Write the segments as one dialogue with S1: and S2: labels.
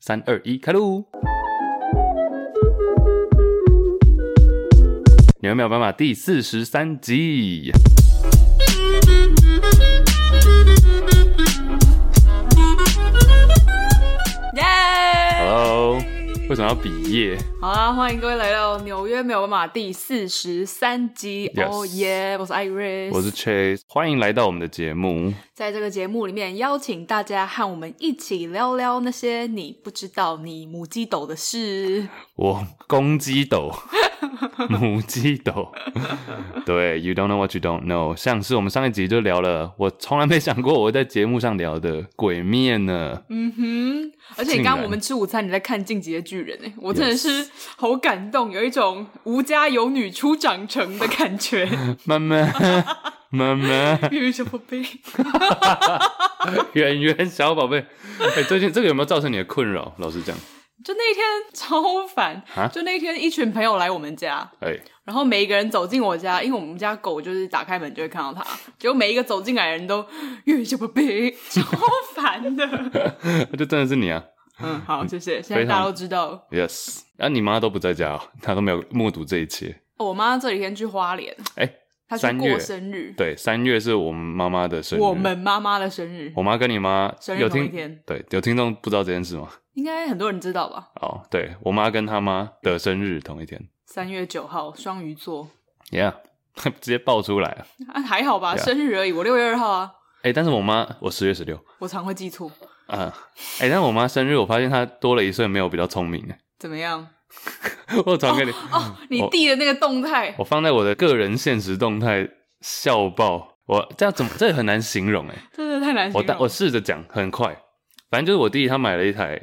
S1: 三二一，开录！你们没有办法，第四十三集。
S2: 耶！
S1: Hello，为什么要比耶？
S2: 好啦，欢迎各位来到纽约没有办法第四十三集。
S1: Yes
S2: 哦耶！我是 Iris，
S1: 我是 Chase，欢迎来到我们的节目。
S2: 在这个节目里面邀请大家和我们一起聊聊那些你不知道你母鸡斗的 事。
S1: 我公鸡斗，母鸡斗，对，You don't know what you don't know。像是我们上一集就聊了，我从来没想过我会在节目上聊的鬼面呢。
S2: 嗯哼，而且你
S1: 竟然
S2: 刚刚我们吃午餐，你在看《进击的巨人》哎，我真的是好感动，有一种吴家有女初长成的感 觉。
S1: 慢慢，慢慢。
S2: 比如小宝贝，
S1: 圆圆小宝贝，哎、最近这个有没有造成你的困扰？老实讲，
S2: 就那天超烦
S1: 啊，
S2: 就那天一群朋友来我们家，
S1: 哎、
S2: 然后每一个人走进我家，因为我们家狗就是打开门就会看到它，结果每一个走进来的人都月小宝贝， 超烦的。
S1: 那就真的是你啊
S2: 嗯，好，谢 谢。现在大家都知道了，
S1: ，yes。啊，你妈都不在家、哦，她都没有目睹这一切。
S2: 哦我妈这几天去花莲，
S1: 哎、
S2: 她去
S1: 三月
S2: 过生日，
S1: 对，三月是我们妈妈的生日，
S2: 我们妈妈的生日，
S1: 我妈跟你妈
S2: 生日
S1: 有
S2: 同一
S1: 听
S2: 天
S1: 对有听众不知道这件事吗？
S2: 应该很多人知道吧？
S1: 哦，对我妈跟她妈的生日同一天
S2: 三月九号，双鱼座，
S1: ，yeah，直 接爆出来了。
S2: 啊，还好吧
S1: Yeah
S2: 生日而已。我六月二号啊，
S1: 哎、但是我妈我十月十六
S2: 我常会记错，
S1: 啊，哎、但是我妈生日我发现她多了一岁，没有比较聪明。 哎
S2: 怎么样？
S1: 我传给你
S2: 哦，你
S1: 我
S2: 弟的那个动态，
S1: 我放在我的个人现实动态笑爆，我这样怎么这很难形容哎、
S2: 真的太难
S1: 我
S2: 形
S1: 大
S2: 容
S1: 我
S2: 了。
S1: 试着讲，很快，反正就是我弟他买了一台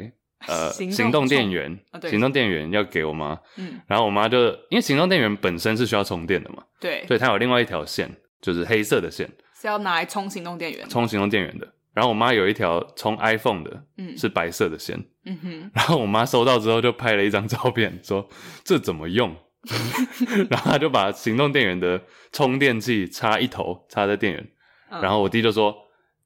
S1: 呃
S2: 行动
S1: 行动电
S2: 充
S1: 源，
S2: 啊对
S1: 行动电源要给我妈，
S2: 嗯，
S1: 然后我妈就因为行动电源本身是需要充电的嘛，
S2: 对，
S1: 所以它有另外一条线，就是黑色的线
S2: 是要拿来充行动电源。
S1: 充行动电源的，然后我妈有一条充 iPhone 的，
S2: 嗯
S1: 是白色的线，
S2: 嗯哼，
S1: 然后我妈收到之后就拍了一张照片，说这怎么用？ 然后她就把行动电源的充电器插一头插在电源，
S2: 嗯
S1: 然后我弟就说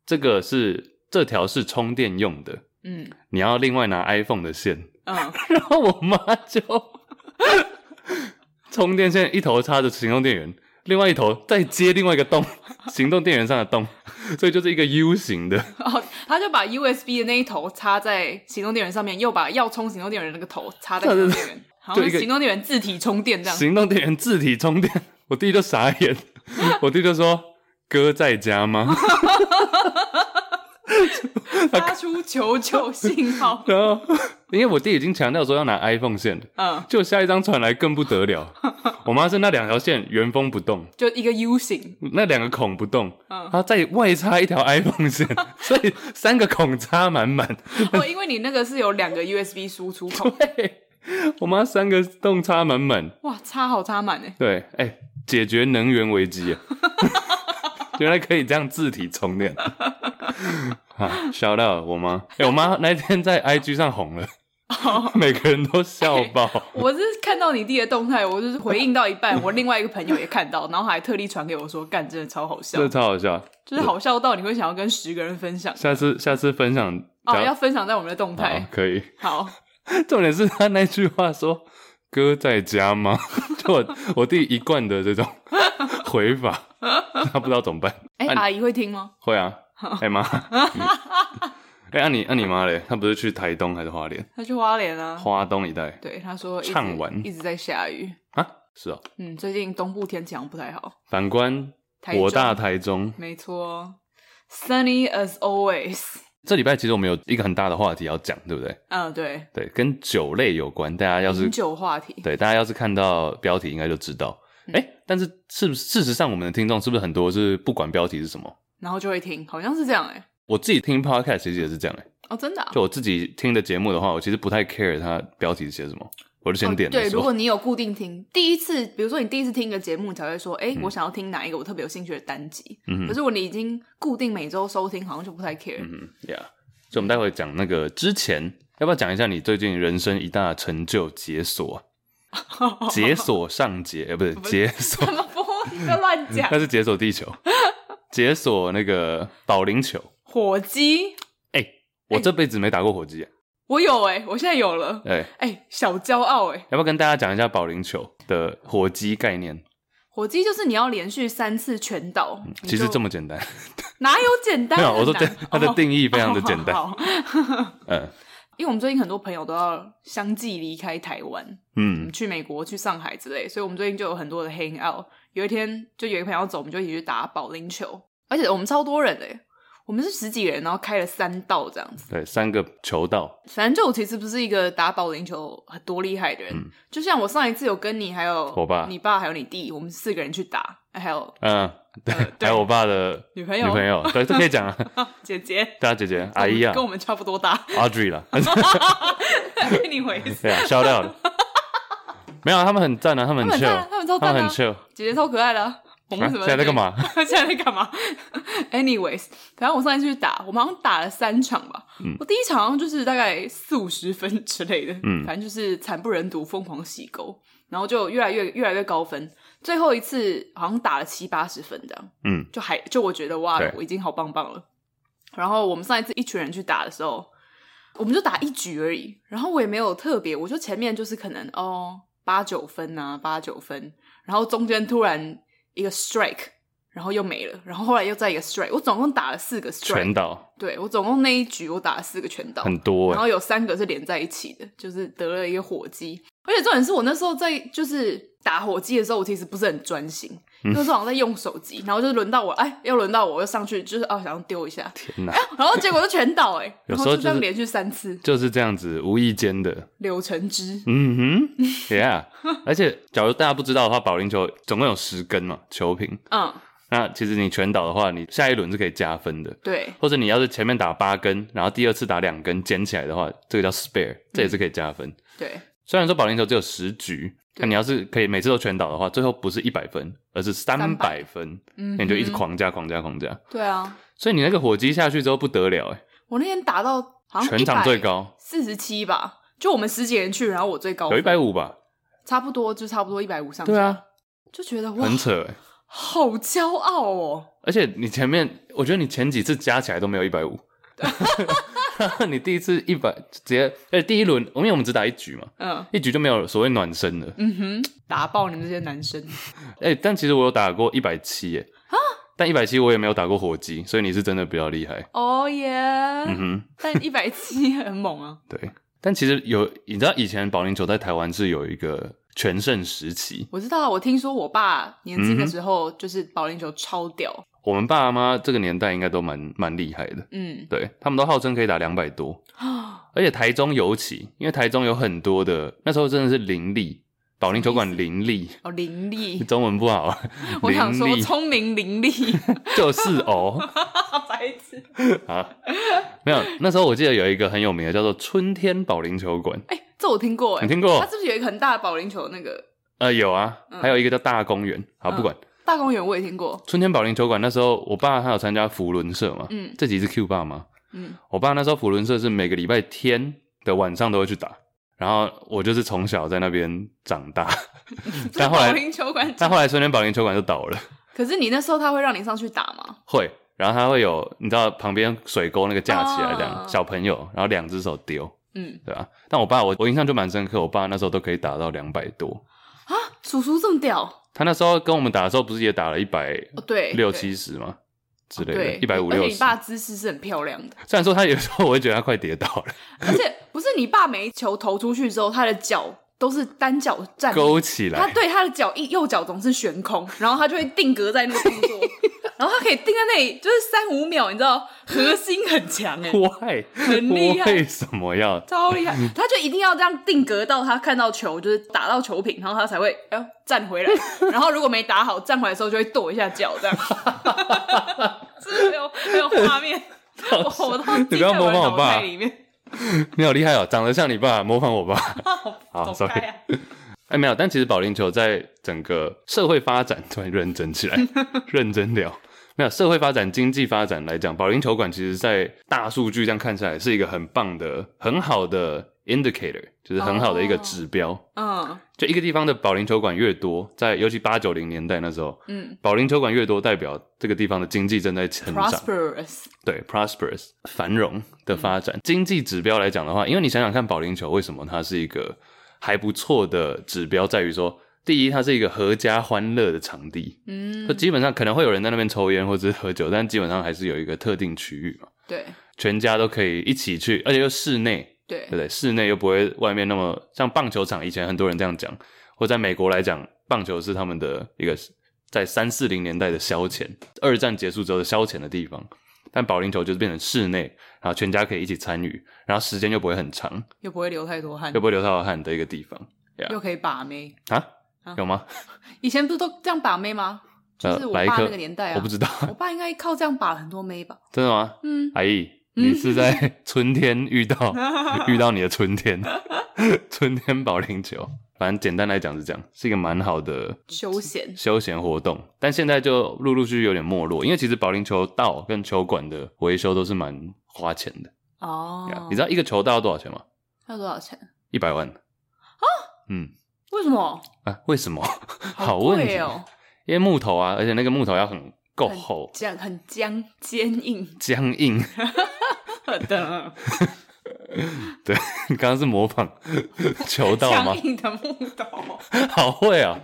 S1: 这个是这条是充电用的，
S2: 嗯
S1: 你要另外拿 iPhone 的线。
S2: 嗯，
S1: 然后我妈就 充电线一头插着行动电源，另外一头再接另外一个洞，行动电源上的洞， 所以就是一个 U 型的。
S2: 哦，他就把 USB 的那一头插在行动电源上面，又把要充行动电源的那个头插在行动电源，好像
S1: 就是一个
S2: 行动电源自体充电这样。
S1: 行动电源自体充电， 我弟就傻眼， 我弟就说：“哥在家吗
S2: 发出求救信？”号。
S1: 然后，因为我弟已经强调说要拿 iPhone 线了，
S2: 嗯，
S1: 就下一张传来更不得了。我妈是那两条线原封不动，
S2: 就一个 U 型，
S1: 那两个孔不动，
S2: 嗯
S1: 她再外插一条 iPhone 线， 所以三个孔插满满。
S2: 哦，因为你那个是有两个 USB 输出口，
S1: 嘿我妈三个洞插满满。
S2: 哇，插好插满哎，
S1: 对，哎、解决能源危机 啊，原来可以这样自体充 电啊！笑到我妈，哎、我妈那天在 IG 上红了，
S2: 哦
S1: 每个人都笑爆。
S2: 我是看到你弟的动态，我就是回应到一半，我另外一个朋友也看到，然后还特地传给我说，干，真的超好笑
S1: 这，超好笑，
S2: 就是好笑到你会想要跟十个人分享。
S1: 下次下次分享
S2: 哦，
S1: 只
S2: 要分享在我们的动
S1: 好
S2: 态。
S1: 可以。
S2: 好，啊
S1: 重点是他那句话说：“哥在家吗？” 就我我弟一贯的这种 回法，他不知道怎么办。
S2: 哎、阿姨会听吗？
S1: 会啊，哎、 妈，嗯哎、那、你那、你妈嘞？她不是去台东还是花莲？
S2: 她去花莲啊。
S1: 花东一带
S2: 对，她说一直
S1: 唱完
S2: 一直在下雨。
S1: 啊？是哦。
S2: 嗯，最近东部天气好像不太好。
S1: 反观
S2: 台中
S1: 我大台中，
S2: 没错，sunny as always。
S1: 这礼拜其实我们有一个很大的话题要讲，对不对？
S2: 嗯，对，
S1: 对，跟酒类有关。大家要是
S2: 饮酒话题。
S1: 对大家要是看到标题，应该就知道。
S2: 嗯
S1: 哎、但是是不是事实上，我们的听众是不是很多是不管标题是什么？
S2: 然后就会听，好像是这样哎、
S1: 我自己听 podcast 其实也是这样、欸，
S2: 哦，真的、啊。
S1: 就我自己听的节目的话，我其实不太 care 它标题是写什么，我就先点
S2: 哦
S1: 了
S2: 对，
S1: 说
S2: 如果你有固定听，第一次，比如说你第一次听一个节目，你才会说，哎、我想要听哪一个我特别有兴趣的单集。
S1: 嗯
S2: 可是如果你已经固定每周收听，好像就不太 care。
S1: 嗯，Yeah。所以我们待会讲那个之前，要不要讲一下你最近人生一大成就解锁？ 解锁上节，哎、不是
S2: 是
S1: 解 锁，
S2: 怎么不？你不要乱讲
S1: 那。是解锁地 球，解锁那个保龄球。
S2: 火鸡，
S1: 哎、我这辈子没打过火机、
S2: 我有哎、我现在有了，
S1: 哎、
S2: 哎、小骄傲哎、
S1: 要不要跟大家讲一下保龄球的火机概念？
S2: 火鸡就是你要连续三次全倒，你
S1: 嗯其实
S2: 就
S1: 这么简单，
S2: 哪有简单
S1: 没
S2: 的
S1: 有，
S2: 难？
S1: 我说这它的定义
S2: 义
S1: 非常的简单。嗯
S2: 因为我们最近很多朋友都要相继离开台湾，
S1: 嗯，
S2: 去美国、去上海之类，所以我们最近就有很多的 hang out。有一天就有一个朋友走，我们就一起去打保龄球，而且我们超多人的、我们是十几个人，然后开了三道这样子。
S1: 对，三个球道，
S2: 反正就我其实不是一个打保龄球很多厉害的人，
S1: 嗯
S2: 就像我上一次有跟你还有
S1: 我爸
S2: 你爸还有你弟，我们四个人去打，还有
S1: 嗯，对，还
S2: 对
S1: 有我爸的
S2: 女朋
S1: 女
S2: 友、
S1: 朋友，对，这可以讲啊，
S2: 姐姐、
S1: 大家姐姐、阿姨啊
S2: 跟我们差不多大，
S1: ，Audrey 啦，
S2: 跟你回事。
S1: 对啊，笑 掉了。没有啊，他们很赞啊，他们
S2: 他
S1: 很
S2: 们
S1: chill，
S2: 赞啊，他们超
S1: 他
S2: 赞
S1: 们
S2: 啊
S1: 很！chill。
S2: 姐姐超可爱的啊、我们
S1: 啊
S2: 为什么、
S1: 现在在干？嘛？
S2: 现在在干嘛？Anyways，反正我上一次去打，我们好像打了三场吧。我第一场好像就是大概四五十分之类的，
S1: 嗯
S2: 反正就是惨不忍睹，疯狂洗钩，然后就越来越越来越高分。最后一次好像打了七八十分这样，
S1: 嗯，
S2: 就还就我觉得哇
S1: 对，
S2: 我已经好棒棒了。然后我们上一次一群人去打的时候，我们就打一局而已，然后我也没有特别，我就前面就是可能哦八九分啊八九分，然后中间突然一个 strike，然后又没了，然后后来又再一个 strike，我总共打了四个 strike，
S1: 全岛
S2: 对我总共那一局我打了四个全倒，
S1: 很多
S2: 然
S1: 哎，
S2: 后有三个是连在一起的，就是得了一个火鸡。而且重点是我那时候在就是打火鸡的时候，我其实不是很专心，
S1: 嗯
S2: 因为那时候好像在用手机，然后就轮到我，哎，又轮到我，又上去，就是哦，想要丢一下，
S1: 天哪，
S2: 然后结果就全倒哎、
S1: 有
S2: 然
S1: 时
S2: 后
S1: 候
S2: 就这样
S1: 就是
S2: 连续三次，
S1: 就是这样子，无意间的，
S2: 柳橙汁，
S1: 嗯 哼，Yeah。而且，假如大家不知道的话，保龄球总共有十根嘛，球瓶。
S2: 嗯，
S1: 那其实你全倒的话，你下一轮是可以加分的。
S2: 对，
S1: 或者你要是前面打八根，然后第二次打两根捡起来的话，这个叫 spare，这也是可以加分。
S2: 对，
S1: 虽然说保龄球只有十局，
S2: 对
S1: 但你要是可以每次都全倒的话，最后不是一百分，而是三百
S2: 300
S1: 分，
S2: 嗯
S1: 那你就一直
S2: 哼，
S1: 狂加、狂加、狂加。
S2: 对啊，
S1: 所以你那个火鸡下去之后不得了、欸，
S2: 我那天打到好像
S1: 全场最高，
S2: 四十七吧，就我们十几人去，然后我最高
S1: 有
S2: 分
S1: 一百五吧？
S2: 差不多就差不多一百五上下，
S1: 对啊，
S2: 就觉得哇
S1: 很，扯、欸。
S2: 好骄傲哦，
S1: 而且你前面，我觉得你前几次加起来都没有一百 五。 你第一次一百直接，而且第一轮，因为我们只打一局嘛，
S2: 嗯。
S1: 一局就没有所谓暖身了。
S2: 嗯哼，打爆你们这些男 生，
S1: 哎、但其实我有打过一百七耶，
S2: 啊
S1: 但一百七我也没有打过火鸡，所以你是真的比较厉害。
S2: 哦耶！
S1: 嗯哼，
S2: 但一百七很猛啊，
S1: 对。但其实有，你知道以前保龄球在台湾是有一个全盛时期，
S2: 我知道，我听说我爸年轻
S1: 嗯
S2: 的
S1: 哼
S2: 时候就是保龄球超屌，
S1: 我们爸妈这个年代应该都蛮蛮厉害的，
S2: 嗯
S1: 对他们都号称可以打两百多，
S2: 啊，
S1: 而且台中尤其，因为台中有很多的那时候真的是林立保龄球
S2: 什么
S1: 馆
S2: 意思
S1: 林立，
S2: 哦伶俐，
S1: 中文不好，啊
S2: 我想
S1: 林
S2: 说
S1: 立
S2: 聪明伶俐，
S1: 就是哦。
S2: 白痴，
S1: 啊，没有，那时候我记得有一个很有名的叫做春天保龄球馆，
S2: 哎、这我听过、哎，
S1: 你听过
S2: 他是不是有一个很大的保龄球那个
S1: 呃，有啊，
S2: 嗯
S1: 还有一个叫大公园，好，不管、
S2: 大公园？我也听过，
S1: 春天保龄球馆，那时候我爸他有参加福伦社嘛，
S2: 嗯
S1: 这集是 Q 爸吗？
S2: 嗯，
S1: 我爸那时候福伦社是每个礼拜天的晚上都会去打，然后我就是从小在那边长 大，嗯但后
S2: 保
S1: 来
S2: 龄球馆长，
S1: 但后来春天保龄球馆就倒了，
S2: 可是你那时候他会让你上去打吗？
S1: 会。然后他会有，你知道旁边水沟那个架起来这样，
S2: 哦
S1: 小朋友，然后两只手丢，
S2: 嗯，
S1: 对啊，但我爸我我印象就蛮深刻，我爸那时候都可以打到两百多。
S2: 叔叔这么屌，
S1: 他那时候跟我们打的时候，不是也打了一百
S2: 哦对，
S1: 六
S2: 对
S1: 七十吗？之类的，
S2: 哦对，
S1: 一百五
S2: 而
S1: 六
S2: 且
S1: 十。
S2: 你爸姿势是很漂亮的。
S1: 虽然说他有时候我会觉得他快跌倒了，
S2: 而且不是你爸每一球投出去之后，他的脚都是单脚站立，
S1: 勾起
S2: 他
S1: 来，
S2: 对他的脚一右脚总是悬空，然后他就会定格在那个 动作，然后他可以定在那里，就是三五秒，你知道，核心很强 哎、
S1: 坏，
S2: 很厉害
S1: 为什么 要？
S2: 超厉害！
S1: 嗯
S2: 他就一定要这样定格到他看到球，就是打到球瓶，然后他才会哎呦站回 来。然后如果没打 好，站回来的时候就会跺一下脚，这样，是不是很有很有画面。我到
S1: 你不要模仿我爸
S2: 在里面，
S1: 你好厉害哦，长得像你爸，模仿我吧。 好
S2: 好走开啊！
S1: 哎，没有，但其实保龄球在整个社会发展，突然认真起 来，认真聊。没有社会发展、经济发展来讲，保龄球馆其实，在大数据这样看起来，是一个很棒的、很好的 indicator，就是很好的一个
S2: 哦
S1: 指标。
S2: 嗯
S1: 就一个地方的保龄球馆越多，在尤其八九零年代那时候，
S2: 嗯
S1: 保龄球馆越多，代表这个地方的经济正在成长。
S2: ，prosperous，
S1: 对，prosperous 繁荣的发展。经济指标来讲的话，因为你想想看，保龄球为什么它是一个还不错的指标，在于说，第一，它是一个合家欢乐的场地，
S2: 嗯
S1: 就，基本上可能会有人在那边抽烟或者是喝酒，但基本上还是有一个特定区域嘛，
S2: 对
S1: 全家都可以一起去，而且又室内，
S2: 对
S1: 对不对？室内又不会外面那么像棒球场，以前很多人这样讲，或在美国来讲，棒球是他们的一个在三四零年代的消遣，二战结束之后的消遣的地方。但保龄球就是变成室内，然后全家可以一起参与，然后时间又不会很长，
S2: 又不会流太多汗
S1: 又，不会流太多汗的一个地方啊
S2: 又可以把妹。
S1: 啊
S2: 啊？
S1: 有吗？
S2: 以前不是都这样把妹吗？就是
S1: 呃
S2: 我
S1: 来一
S2: 爸
S1: 颗
S2: 那个年代啊，
S1: 我不知道，
S2: 我爸应该靠这样把了很多妹吧？
S1: 真的吗？
S2: 嗯，
S1: 阿姨，
S2: 嗯
S1: 你是在 春天遇 到遇到你的春天， 春天保龄球。反正简单来讲是这样，是一个蛮好的
S2: 休 闲，
S1: 休闲活动，但现在就陆陆续续有点没落，因为其实保龄球道跟球馆的维修都是蛮花钱的。啊
S2: 哦，
S1: 你知道一个球道要多少钱吗？
S2: 要多少钱？
S1: 一百万。啊？嗯
S2: 为什么？
S1: 啊，为什么？ 好问
S2: 贵
S1: 题，
S2: 哦，
S1: 因为木头啊，而且那个木头要很够
S2: 很
S1: 厚、
S2: 僵，很僵，坚硬
S1: 僵 硬。 啊
S2: 的
S1: 对，你刚刚是模 仿球道吗
S2: 僵？硬的木 头。
S1: 好会啊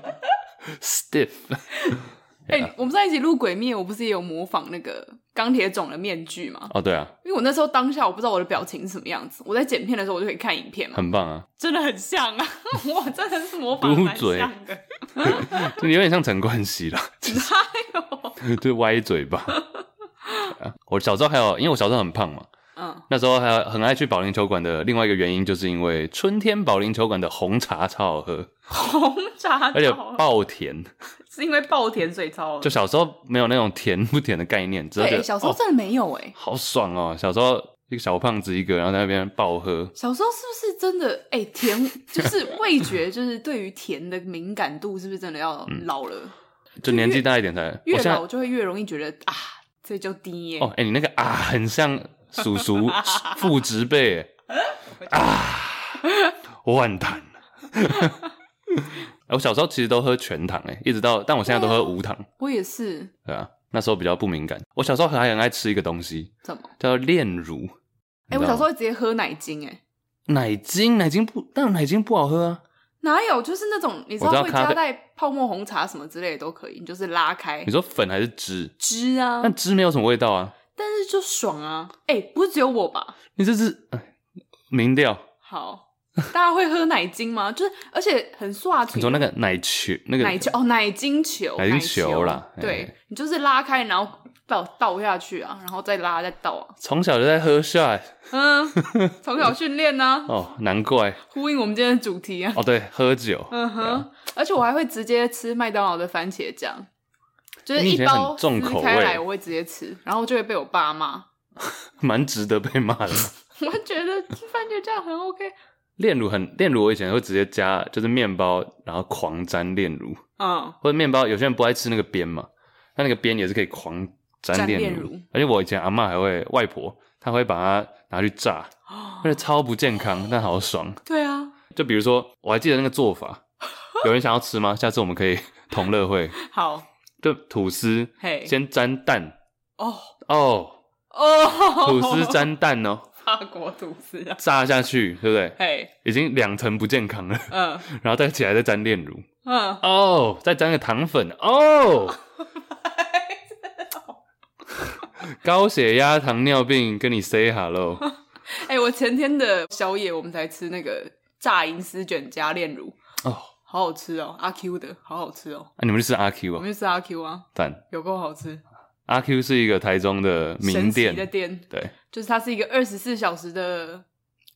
S1: ，stiff。
S2: 哎、
S1: 啊
S2: 我们在一起录《鬼灭》，我不是也有模仿那个钢铁种的面具吗？
S1: 哦，对啊，
S2: 因为我那时候当下我不知道我的表情是什么样子，我在剪片的时候我就可以看影片嘛，
S1: 很棒啊，
S2: 真的很像啊！ 我真的是模仿
S1: 嘟
S2: 蛮
S1: 嘴
S2: 像的，
S1: 就有点像陈冠希啦。
S2: 哪 有？
S1: 就歪嘴 巴。对啊我小时候还有，因为我小时候很胖嘛，
S2: 嗯，
S1: 那时候还有很爱去保龄球馆的另外一个原因，就是因为春天保龄球馆的红茶超好 喝，
S2: 红茶
S1: 而且
S2: 道
S1: 爆甜。
S2: 是因为爆甜所以超
S1: 就小时候没有那种甜不甜的概念，只是觉
S2: 对，
S1: 得
S2: 小时候
S1: 哦
S2: 真的没有哎、
S1: 好爽哦，小时候一个小胖子一个，然后在那边爆喝。
S2: 小时候是不是真的？哎、甜就是味觉，就是对于甜的敏感度，是不是真的要老了？
S1: 就年纪大一点才，嗯我
S2: 越
S1: 现在
S2: 老就会越容易觉得啊，这就低耶、
S1: 哦，哎、你那个啊，很像叔 叔父职辈耶啊，万谈。 哎我小时候其实都喝全糖哎，一直到，但我现在都喝无糖，
S2: 我也是，
S1: 对啊，那时候比较不敏感。我小时候还很爱吃一个东西，
S2: 怎么？
S1: 叫炼乳。你
S2: 哎、我
S1: 知道
S2: 小
S1: 吗
S2: 时候会直接喝奶精哎、
S1: 奶精，奶精不，但奶精不好喝啊。
S2: 哪有？就是那种你知道
S1: 我知道
S2: 会
S1: 咖
S2: 加
S1: 啡
S2: 在泡沫红茶什么之类的都可以，你就是拉开
S1: 你说粉还是汁？
S2: 汁啊，
S1: 但汁没有什么味道啊。
S2: 但是就爽啊！哎、不是只有我吧？
S1: 你这是哎民调，
S2: 好，大家会喝奶精吗？ 就是而且很刷
S1: 你
S2: 嘴
S1: 说，那个奶球，那个
S2: 奶球哦，奶精球，
S1: 奶精球啦哎
S2: 对你就是拉开，然后倒倒下去啊，然后再拉再倒啊。
S1: 从小就在喝下
S2: 嗯，从小训 练呢，
S1: 哦，难怪
S2: 呼应我们今天的主题啊。
S1: 哦，对，啊喝酒。
S2: 嗯哼，而且我还会直接吃麦当劳的番茄酱，就是
S1: 你以
S2: 一
S1: 前
S2: 包
S1: 很重口
S2: 撕开
S1: 味
S2: 来我会直接吃，然后就会被我爸骂。
S1: 蛮值得被骂的。
S2: 我觉得吃番茄酱很 OK
S1: 炼乳很炼乳，我以前会直接加，就是面包，然后狂沾炼乳，
S2: 嗯，
S1: 或者面包有些人不爱吃那个边嘛，那那个边也是可以狂沾
S2: 沾
S1: 炼
S2: 炼乳
S1: 而且我以前阿嬷还会，外婆她会把它拿去炸，
S2: 哦
S1: 而且超不健康，但好爽。
S2: 对啊，
S1: 就比如说，我还记得那个做 法，有人想要吃吗？下次我们可以同乐会，
S2: 好，
S1: 就吐司
S2: 嘿，
S1: 先沾蛋
S2: 哦
S1: 哦，
S2: 哦，
S1: 吐司沾蛋哦，
S2: 法国吐司啊，
S1: 炸下去，对不对？
S2: 嘿，
S1: 已经两层不健康了，
S2: 嗯
S1: 然后再起来再沾炼乳。
S2: 嗯，
S1: 哦，再沾个糖粉 哦。高血压、糖尿病，跟你 say hello。啊
S2: 哎、我前天的宵夜我们才吃那个炸银丝卷加炼乳，
S1: 哦，
S2: 好好吃哦，阿 Q 的好好吃哦，
S1: 啊你们就是阿 Q
S2: 我
S1: 啊？
S2: 们去吃阿 Q 啊，
S1: 但
S2: 有够好吃，
S1: 阿 Q 是一个台中的名
S2: 神奇的
S1: 店，
S2: 店，
S1: 对，
S2: 就是它是一个二十四小时的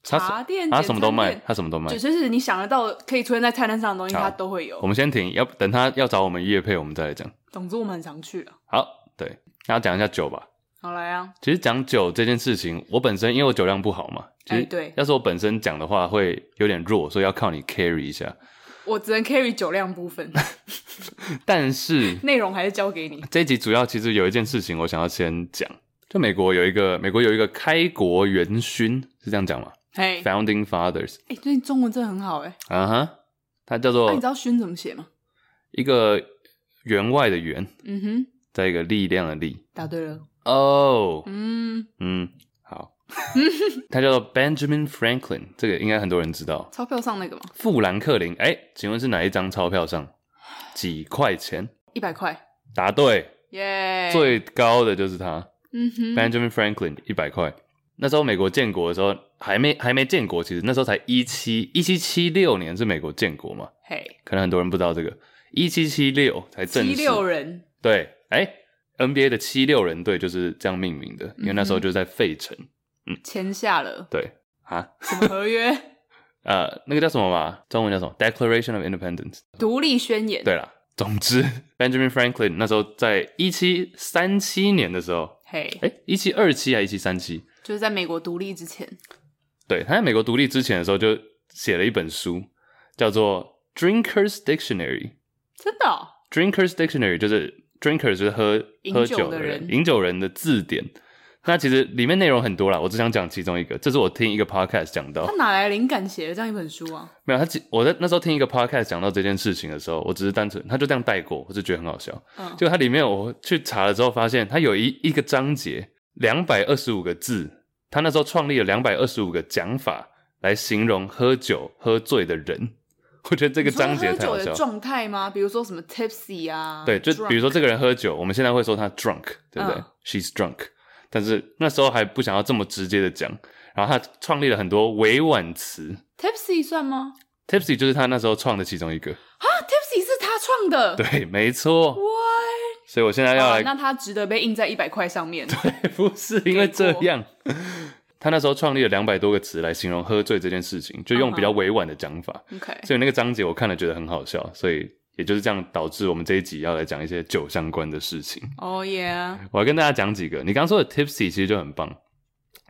S1: 它
S2: 茶店，
S1: 它
S2: 简
S1: 什么
S2: 餐
S1: 都卖
S2: 店，，
S1: 它什么都卖
S2: 就。就是你想得到可以出现在菜单上的东西，
S1: 好
S2: 它都会
S1: 我
S2: 有。
S1: 们先停，要等他要找我们叶配，我们再来讲。
S2: 总之我们很常去啊。
S1: 好，对，那讲一下酒吧。
S2: 好来啊，
S1: 其实讲酒这件事情，我本身因为我酒量不好嘛，其
S2: 哎
S1: 实
S2: 对
S1: 要是我本身讲的话会有点弱，所以要靠你 carry 一下。
S2: 我只能 carry 酒量 部分，
S1: 但是
S2: 内容还是交给你。
S1: 这一集主要其实有一件事情我想要先讲，就美国有一个美国有一个开国元勋是这样讲吗
S2: 嘿，哎、
S1: ？Founding Fathers
S2: 最近中文真的很好哎、
S1: 啊哈，他叫
S2: 那、
S1: 做
S2: 你知道“勋”怎么写吗？
S1: 一个员外的员，
S2: 嗯哼，
S1: 再一个力量的力。
S2: 答对了。
S1: 哦、
S2: 嗯，
S1: 嗯，好， 他叫做 Benjamin Franklin，这个应该很多人知道。
S2: 钞票上那个吗？
S1: 富兰克林，哎，请问是哪一张钞票上几块钱？
S2: 一百块，
S1: 答对，
S2: 耶、
S1: 最高的就是他、
S2: 嗯哼，
S1: Benjamin Franklin 一百块。那时候美国建国的时候还没还没建国，其实那时候才一七一七七六年是美国建国嘛，
S2: 嘿，
S1: 可能很多人不知道这个一七七六才正式
S2: 七六人，
S1: 对，哎，NBA 的七六人队就是这样命名的，因为那时
S2: 嗯
S1: 候就在费城。
S2: 签下了
S1: 对啊，
S2: 什么 合约？
S1: 呃，那个叫什么嘛？中文叫什么？Declaration of Independence。
S2: 独立宣言。
S1: 对啦，总之，Benjamin Franklin 那时候在一七三七年的时候，
S2: 嘿
S1: 哎，一七二七还一七三七？
S2: 就是在美国独立之前，
S1: 对，他在美国独立之前的时候就写了一本书，叫做《Drinkers Dictionary》。
S2: 真的哦、
S1: Drinkers Dictionary 就是 Drinkers 就是喝
S2: 饮
S1: 喝
S2: 酒
S1: 酒
S2: 的
S1: 的
S2: 人
S1: 人，饮酒人的字典。那其实里面内容很多啦，我只想讲其中一个，这是我听一个 podcast 讲到
S2: 他，哪来灵感写了这样一本书啊？
S1: 没有他其，我在那时候听一个 podcast 讲到这件事情的时候，我只是单纯他就这样带过，我就觉得很好笑。
S2: 嗯，
S1: 就它里面我去查了之后，发现它有一一个章节两百二十五个字，他那时候创立了两百二十五个讲法来形容喝酒喝醉的人。我觉得这
S2: 这
S1: 个章节
S2: 喝
S1: 太
S2: 酒
S1: 好笑
S2: 的
S1: 了。
S2: 状态吗？比如说什么 tipsy 啊？
S1: 对，就
S2: drunk
S1: 比如说这个人喝酒，我们现在会说他 drunk，对不对、
S2: 嗯
S1: s h e s drunk。但是那时候还不想要这么直接的讲，然后他创立了很多委婉词
S2: tipsy 算吗？
S1: ，tipsy 就是他那时候创的其中一个。
S2: 啊，tipsy 是他创的。
S1: 对，哎没错。
S2: What？
S1: 所以我现在要
S2: 好
S1: 来
S2: 啊那他值得被印在一百块上面。
S1: 不是因为这样， 他那时候创立了两百多个词来形容喝醉这件事情，就
S2: 嗯
S1: 用比较委婉的讲法。
S2: OK，
S1: 所以那个章节我看了觉得很好笑，所以也就是这样导致我们这一集要来讲一些酒相关的事情。
S2: 哦耶
S1: 我要跟大家讲几个，你刚刚说的 tipsy 其实就很棒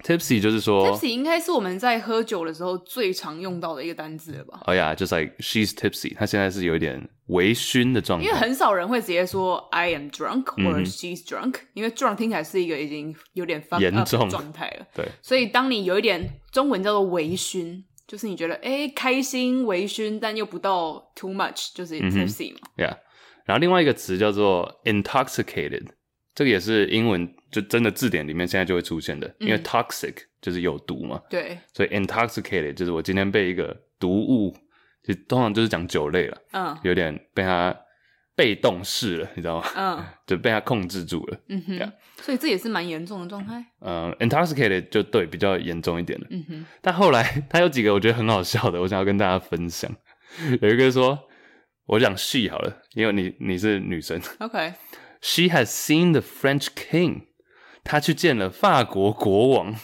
S1: ，tipsy 就是说，
S2: ，tipsy 应该是我们在喝酒的时候最常用到的一个单字了吧？
S1: 哎呀，就是 like she's tipsy，她现在是有一点微醺的状
S2: 因为
S1: 态。
S2: 很少人会直接说 I am drunk 或者
S1: 嗯
S2: she's drunk，、因为 drunk 听起来是一个已经有点 fuck
S1: 严
S2: up 的
S1: 重
S2: 状态了。
S1: 对，
S2: 所以当你有一点中文叫做微醺，就是你觉得哎、诶开心微醺，但又不到 too much，就是
S1: 嗯哼
S2: tipsy 嘛。
S1: 呀、然后另外一个词叫做 intoxicated，这个也是英文就真的字典里面现在就会出现的，因为
S2: 嗯
S1: toxic 就是有毒嘛，
S2: 对，
S1: 所以 intoxicated 就是我今天被一个毒物，就通常就是讲酒类了，
S2: 嗯
S1: 有点被它被动式了，你知道吗？
S2: 嗯
S1: 就被它控制住了。
S2: 嗯哼
S1: Yeah
S2: 所以这也是蛮严重的状态。
S1: 嗯、i n t o x i c a t e d 就对比较严重一点了。
S2: 嗯哼，
S1: 但后来它有几个我觉得很好笑的，我想要跟大家分享。有一个说，我讲 she 好了，因为你你是女生
S2: OK，
S1: ，she has seen the French king，她去见了法国国王，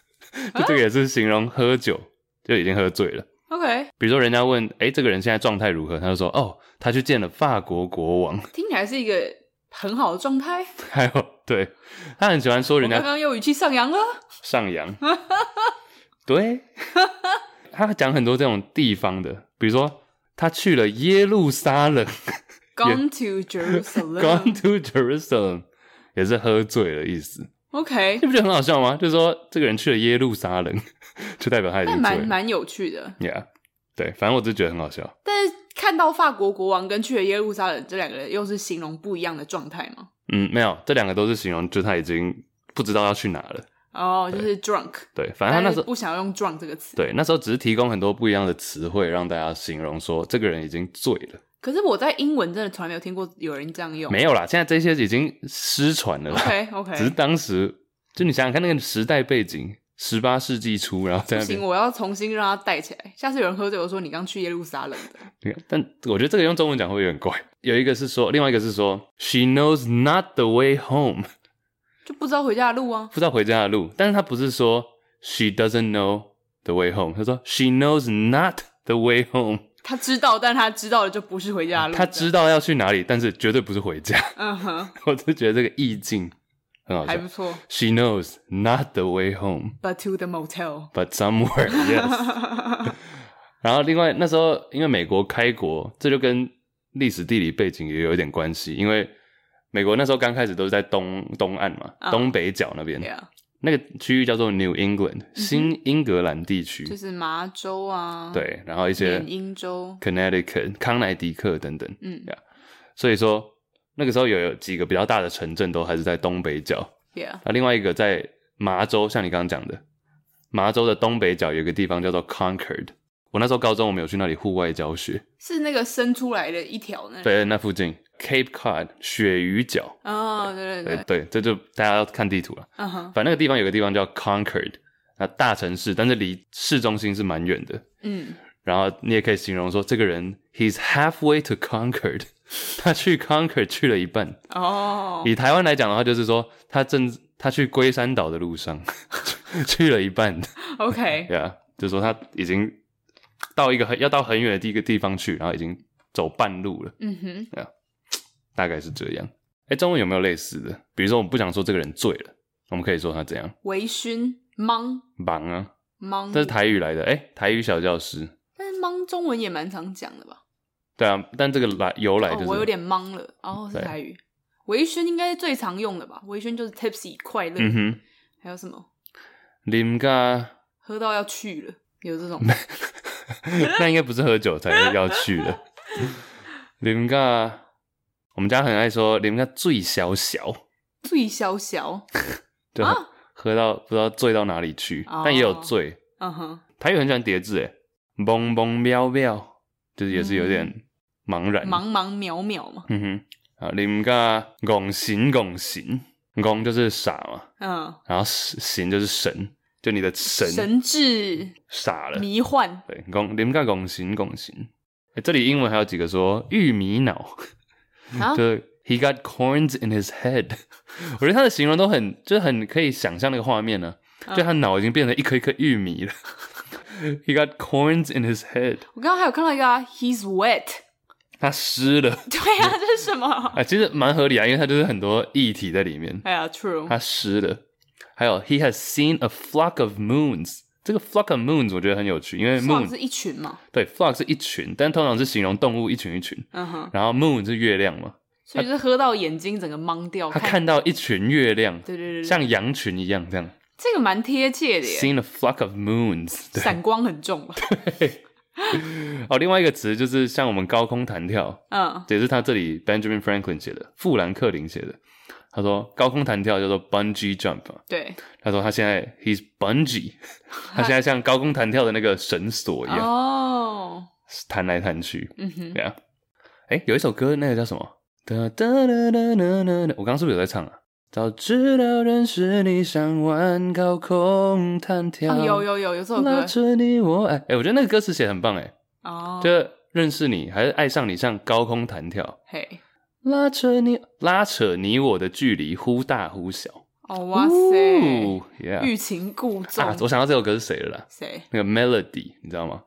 S1: 就这个也是形容喝酒就已经喝醉了。
S2: OK，
S1: 比如说人家问，哎、这个人现在状态如何？他就说，哦，他去见了法国国王，
S2: 听起来是一个很好的状态。
S1: 还有对他很喜欢说
S2: 我
S1: 人
S2: 刚
S1: 家
S2: 刚又语气上扬了。
S1: 上扬，对，他讲很多这种地方的，比如说他去了耶路撒 冷
S2: Gone to Jerusalem。
S1: ，gone to Jerusalem，也是喝醉了意思，
S2: OK，
S1: 你不觉得很好笑吗？就是说这个人去了耶路撒冷， 就代表他已
S2: 但
S1: 经醉
S2: 蛮
S1: 了
S2: 蛮有趣的。
S1: ，yeah，对，反正我只是觉得很好笑，
S2: 但是看到法国国王跟去了耶路撒冷这两个人，又是形容不一样的状态吗？
S1: 嗯，没有，这两个都是形容，就是他已经不知道要去哪了。
S2: 哦、就是 drunk，
S1: 对，反正他
S2: 但
S1: 那
S2: 是
S1: 时候
S2: 不想用 drunk 这个词。
S1: 对，那时候只是提供很多不一样的词汇，让大家形容说这个人已经醉了。
S2: 可是我在英文真的从来没有听过有人这样用。
S1: 没有啦，现在这些已经失传了啦。
S2: OK
S1: 只是
S2: OK，
S1: 当时就你想想看那个时代背景，十八世纪初，然后在
S2: 不
S1: 那
S2: 行，
S1: 边
S2: 我要重新让它带起来。下次有人喝醉，我说你刚去耶路撒冷的。
S1: 你看，但我觉得这个用中文讲会有点怪。有一个是说，另外一个是说，She knows not the way home，
S2: 就不知道回家的路啊
S1: 不。知道回家的路。但是他不是说 She doesn't know the way home，他说 She knows not the way home，
S2: 他知道，但他知道的就不是回 家的路。
S1: 他知，道要去哪里，但是绝对不是回家。
S2: 嗯哼，
S1: 我就觉得这个意境很好
S2: 还
S1: 笑
S2: 不。错。
S1: She knows not the way home,
S2: But to the motel，
S1: but somewhere yes 。 然后另外那时候因为美国开国，这就跟历史地理背景也有一点关系，因为美国那时候刚开始都是在东东岸嘛，
S2: 嗯
S1: 东北角那边
S2: yeah，嗯
S1: 那个区域叫做 New England 新英格兰地区，
S2: 就是麻州啊，，
S1: 对，然后一些
S2: 缅因州，
S1: Connecticut 康乃狄克等等，
S2: 嗯
S1: Yeah 所以说那个时候有有几个比较大的城镇都还是在东北角，
S2: ，yeah，
S1: 那另外一个在麻州，像你刚刚讲的，麻州的东北角有一个地方叫做 Concord。我那时候高中，我们有去那里户外教学，
S2: 是那个伸出来的一条那，，
S1: 对，那附近 Cape Cod 鳕鱼角，
S2: 哦，对对
S1: 对
S2: 对，
S1: 对，这就大家要看地图了。
S2: 嗯哼，
S1: 反正那个地方有个地方叫 Concord，那大城市，但是离市中心是蛮远的。
S2: 嗯，
S1: 然后你也可以形容说，这个人 He's halfway to Concord，他 去 Concord 去了一半。
S2: 哦，
S1: 以台湾来讲的话，就是说他正他去龟山岛的路上 去了一半。
S2: OK，
S1: 对啊，就说他已经到一个很要到很远的一个地方去，然后已经走半路了，
S2: 嗯哼，
S1: 大概是这样。哎，中文有没有类似的？比如说，我们不想说这个人醉了，我们可以说他怎样
S2: 微醺，懵
S1: 忙啊，
S2: 懵，
S1: 这是台语来的。哎，台语小教师，
S2: 但是懵中文也蛮常讲的吧？
S1: 对啊，但这个来由来就是、
S2: 哦，我有点懵了，哦，是
S1: 对
S2: 台语，微醺应该是最常用的吧？微醺就是 tipsy 快乐，
S1: 嗯哼，
S2: 还有什么
S1: 林嘎，
S2: 喝到要去了，有这种，
S1: 嗯那应该不是喝酒才要去的。 林嘎，我们家很爱说林嘎醉小小，
S2: 醉潇潇，
S1: 就
S2: 啊
S1: 喝到不知道醉到哪里去，
S2: 哦
S1: 但也有醉。
S2: 嗯哼，
S1: 台语很喜欢叠字，诶，蹦蹦喵喵，就是也是有点茫然。
S2: 嗯茫茫渺渺嘛，
S1: 嗯哼，啊，林家拱形拱形，拱就是傻嘛，
S2: 嗯，
S1: 然后形就是神，就你的神嗯
S2: 神志
S1: 傻了。
S2: 迷幻，
S1: 对，拱林家拱形拱形。诶这里英文还有几个说玉米脑，
S2: 啊
S1: 就是 He got corns in his head。我觉得他的形容都很，就是很可以想象那个画面呢、
S2: 嗯
S1: 就他脑已经变成一颗一颗玉米了。He got corns in his head。
S2: 我刚刚还有看到一个、啊、，he's wet，
S1: 他湿了
S2: 对
S1: 嗯
S2: 啊，这是什么？
S1: 啊，其实蛮合理啊，因为它就是很多液体在里面，
S2: 哎呀，true，
S1: 他湿了。还有，He has seen a flock of moons。这个 flock of moons 我觉得很有趣，因为
S2: Flock
S1: moon
S2: 是一群嘛，
S1: 对 flock 是一群，但通常是形容动物一群一群，
S2: 嗯哼，
S1: 然后 moon 是月亮嘛，
S2: 所以就是喝到眼睛整个懵掉，
S1: 他看到一群月亮，
S2: 对对对对，
S1: 像羊群一样这样
S2: 这个蛮贴切的耶，
S1: ，seen a flock of moons 对。
S2: 闪光很重吧？
S1: 哦，另外一个词就是像我们高空弹跳，
S2: 嗯
S1: 也是他这里 Benjamin Franklin 写的，富兰克林写的。他说高空弹跳叫做 bungee jump 嘛，
S2: 对，
S1: 他说他现在 he's bungee，他现在像高空弹跳的那个绳索一样、
S2: 哦，
S1: 弹来弹去，
S2: 嗯哼，
S1: 对啊。哎，有一首歌，那个叫什么？哒哒哒哒哒哒哒，我刚刚是不是有在唱啊？早知道认识你，想玩高空弹跳，
S2: 啊有有有有这首
S1: 拉
S2: 歌
S1: 着你我爱。哎，我觉得那个歌词写得很棒，哎，
S2: 哦，
S1: 就认识你还是爱上你，像高空弹跳。
S2: 嘿，
S1: 拉扯你拉扯你我的距离忽大忽小。
S2: 哦哇塞，
S1: 哦，Yeah！
S2: 欲擒故纵
S1: 啊，，我想到这首歌是谁了啦？
S2: 谁？
S1: 那个 Melody，你知道吗？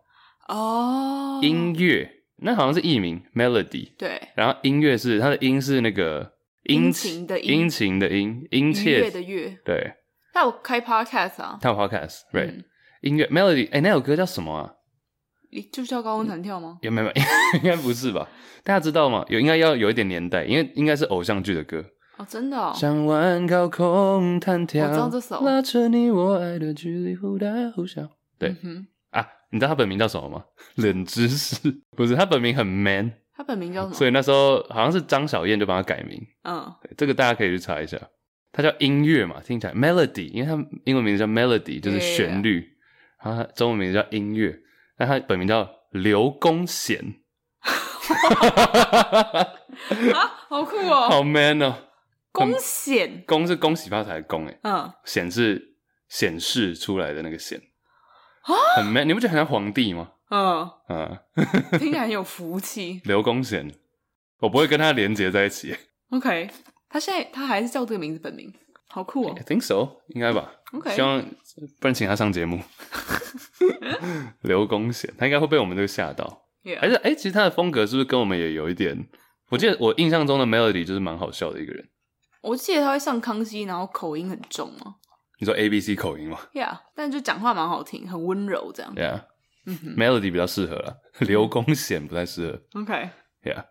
S2: 哦，
S1: 音乐，那好像是艺名 Melody。
S2: 对，
S1: 然后音乐是它的音是那个
S2: 殷
S1: 切
S2: 勤的殷
S1: 殷勤的殷，殷
S2: 愉悦
S1: 切
S2: 的。悦。
S1: 对，
S2: 那我开 podcast 啊，
S1: 他有 podcast，right？
S2: 嗯
S1: 音乐 Melody，哎，那首歌叫什么啊？
S2: 你就叫高空弹跳吗？
S1: 有没有？ 应该不是吧？大家知道吗？有应该要有一点年代，因为应该是偶像剧的歌。
S2: 哦，真的哦，
S1: 想玩高空弹跳，
S2: 我知道这首
S1: 拉扯你我爱的距离忽大忽小对
S2: 嗯哼，
S1: 啊！你知道他本名叫什么吗？冷知识，不是他本名很 man，
S2: 他本名叫什
S1: 所
S2: 么？
S1: 以那时候好像是张小燕就帮他改名，
S2: 嗯
S1: 对这个大家可以去查一下。他叫音乐嘛，听起来 melody，因为他英文名字叫 melody，就是旋律，然后他中文名字叫音乐，但他本名叫刘公贤，
S2: 啊，好酷哦，
S1: 好 man 哦！
S2: 公显，
S1: 恭是恭喜发财的恭，哎，
S2: 嗯，
S1: 显示显示出来的那个显很 man，你不觉得很像皇帝吗？
S2: 嗯，
S1: 啊，
S2: 听起来很有福气。
S1: 刘公显，我不会跟他连接在一起。
S2: OK，他现在他还是叫这个名字本名，好酷哦
S1: I。think so，应该吧。
S2: OK
S1: 希望不然请他上节目。 刘公显，他应该会被我们这个吓到。而
S2: Yeah，
S1: 且，哎、其实他的风格是不是跟我们也有一点？我记得我印象中的 Melody 就是蛮好笑的一个人，
S2: 我记得他会上康熙，然后口音很重嘛
S1: 你说 A B C 口音嘛
S2: ，Yeah，但就讲话蛮好听，很温柔这样。嗯
S1: ，Yeah，Melody 比较适合了，刘公显不太适合
S2: OK，Yep，
S1: ，Yeah。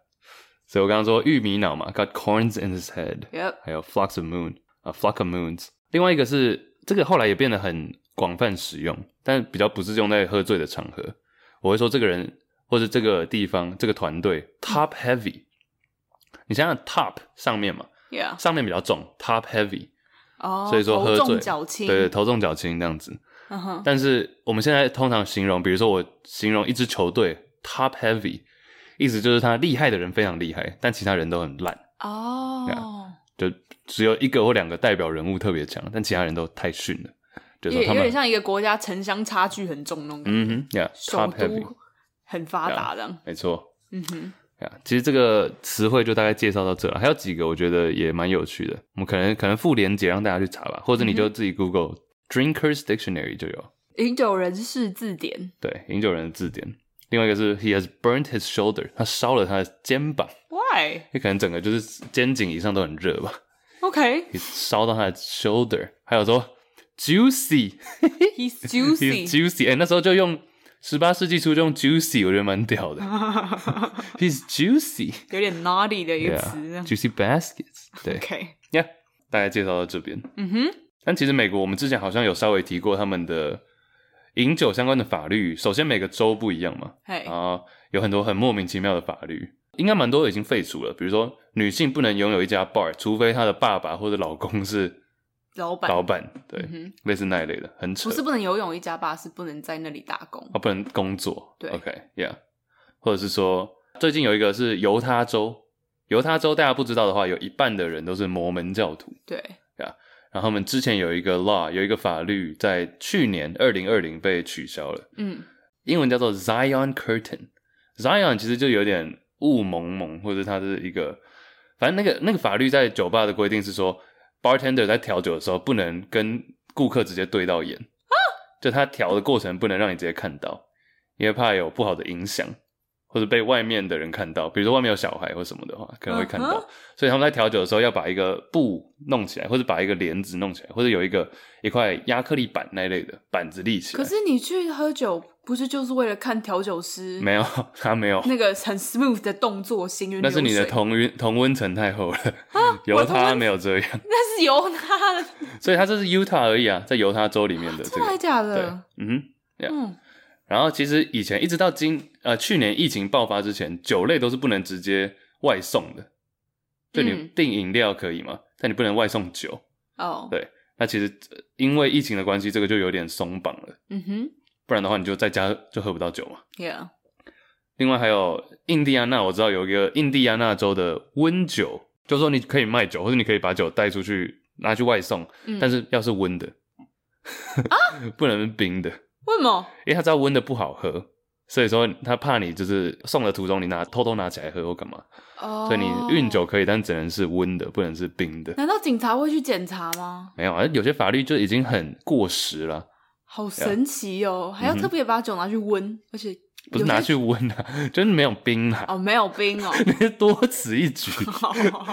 S1: 所以我刚刚说玉米脑嘛，got corns in his head，还有 flocks of moon 啊，flock of moons。另外一个是这个后来也变得很广泛使用，但比较不是用在喝醉的场合。我会说这个人或者这个地方、这个团队 top heavy。你想想 top 上面嘛，
S2: Yeah，
S1: 上面比较重，top heavy，
S2: 哦，
S1: 所以说喝
S2: 头
S1: 醉，
S2: 重脚轻，
S1: 对对，头重脚轻这样子。
S2: 嗯哼，
S1: 但是我们现在通常形容，比如说我形容一支球队 top heavy，意思就是他厉害的人非常厉害，但其他人都很烂。
S2: 哦，
S1: 就只有一个或两个代表人物特别强，但其他人都太逊了。就
S2: 有
S1: 是说
S2: 点
S1: 他
S2: 有
S1: 们
S2: 点，像一个国家城乡差距很重那种感觉，
S1: 嗯哼
S2: 首
S1: ，Yeah，top heavy，
S2: 都很发达这样。
S1: 没错
S2: 嗯哼，
S1: ，Yeah，其实这个词汇就大概介绍到这了，还有几个我觉得也蛮有趣的，我们可能可能附连结让大家去查吧，或者
S2: 嗯
S1: 你就自己 Google、Drinkers Dictionary 就有，
S2: 饮酒人士字典，
S1: 对，饮酒人的字典。另外一个是 He has burnt his shoulder，他烧了他的肩膀，
S2: Why？OK，、
S1: 也可能整个就是肩颈以上都很热吧，你烧到他的 shoulder，还有说 juicy。
S2: he's
S1: He's
S2: juicy。
S1: juicy，哎、那时候就用十八世纪初就用 juicy，我觉得蛮屌的。He's juicy，
S2: 有点 naughty 的一个词这样。
S1: yeah，juicy baskets，对
S2: OK，
S1: ，Yeah，大概介绍到这边。
S2: 嗯哼，
S1: 但其实美国我们之前好像有稍微提过他们的饮酒相关的法律，首先每个州不一样嘛，
S2: 嘿，
S1: 然后有很多很莫名其妙的法律，应该蛮多已经废除了，比如说女性不能拥有一家 bar，除非她的爸爸或者老公是
S2: 老板
S1: 老板，对，
S2: 嗯
S1: 类似那一类的，很扯
S2: 不。是不能游泳一家吧，是不能在那里打工
S1: 哦，。不能工作。
S2: 对
S1: ，OK，Yeah，、或者是说，最近有一个是犹他州，犹他州大家不知道的话，有一半的人都是摩门教徒。
S2: 对，
S1: 然后他们之前有一个 law，有一个法律，在去年二零二零被取消了，
S2: 嗯，
S1: 英文叫做 Zion Curtain。Zion 其实就有点雾蒙蒙，或者它是一个，反正那个那个法律在酒吧的规定是说，bartender 在调酒的时候不能跟顾客直接对到眼就他调的过程不能让你直接看到，因为怕有不好的影响，或者被外面的人看到，比如说外面有小孩或什么的话，可能会看到。
S2: 嗯哼
S1: 所以他们在调酒的时候要把一个布弄起来，或者把一个帘子弄起来，或者有一个一块亚克力板那一类的板子立起来。
S2: 可是你去喝酒，不是就是为了看调酒师
S1: 没有， 他没有。
S2: 那个很 smooth 的动作，行云
S1: 那是你
S2: 流
S1: 的
S2: 水，啊
S1: 同温同温层太厚了，
S2: 我
S1: 犹
S2: 的同温
S1: 他
S2: 层
S1: 没有这样，
S2: 那是由他的，
S1: 所以他这是 Utah 而已啊，在犹他州里面的这
S2: 真的还
S1: 个，
S2: 假
S1: 对
S2: 的？，
S1: 嗯哼。Yeah
S2: 嗯，
S1: 然后其实以前一直到今呃去年疫情爆发之前，酒类都是不能直接外送的，就你
S2: 嗯
S1: 订饮料可以嘛，但你不能外送酒。
S2: 哦
S1: 对，那其实呃因为疫情的关系，这个就有点松绑了，
S2: 嗯哼
S1: 不然的话你就在家就喝不到酒嘛。
S2: ，Yeah，
S1: 另外还有印第安纳，我知道有一个印第安纳州的温酒，就是说你可以卖酒，或者你可以把酒带出去拿去外送，
S2: 嗯啊
S1: 但是要是温的， 不能是冰的，
S2: 为什么？
S1: 因为他知道温的不好喝，所以说他怕你就是送的途中你拿偷偷拿起来喝或干嘛，
S2: 哦，嗯
S1: 所以你运酒可以，但只能是温的，不能是冰的。
S2: 难道警察会去检查吗？
S1: 没有啊，有些法律就已经很过时了，
S2: 好神奇哦，还要
S1: 嗯哼
S2: 特别把酒拿去温，而且
S1: 嗯不是
S2: 有些
S1: 拿去温啊， 就是没有冰啊，
S2: 哦，没有冰哦，
S1: 多此一举，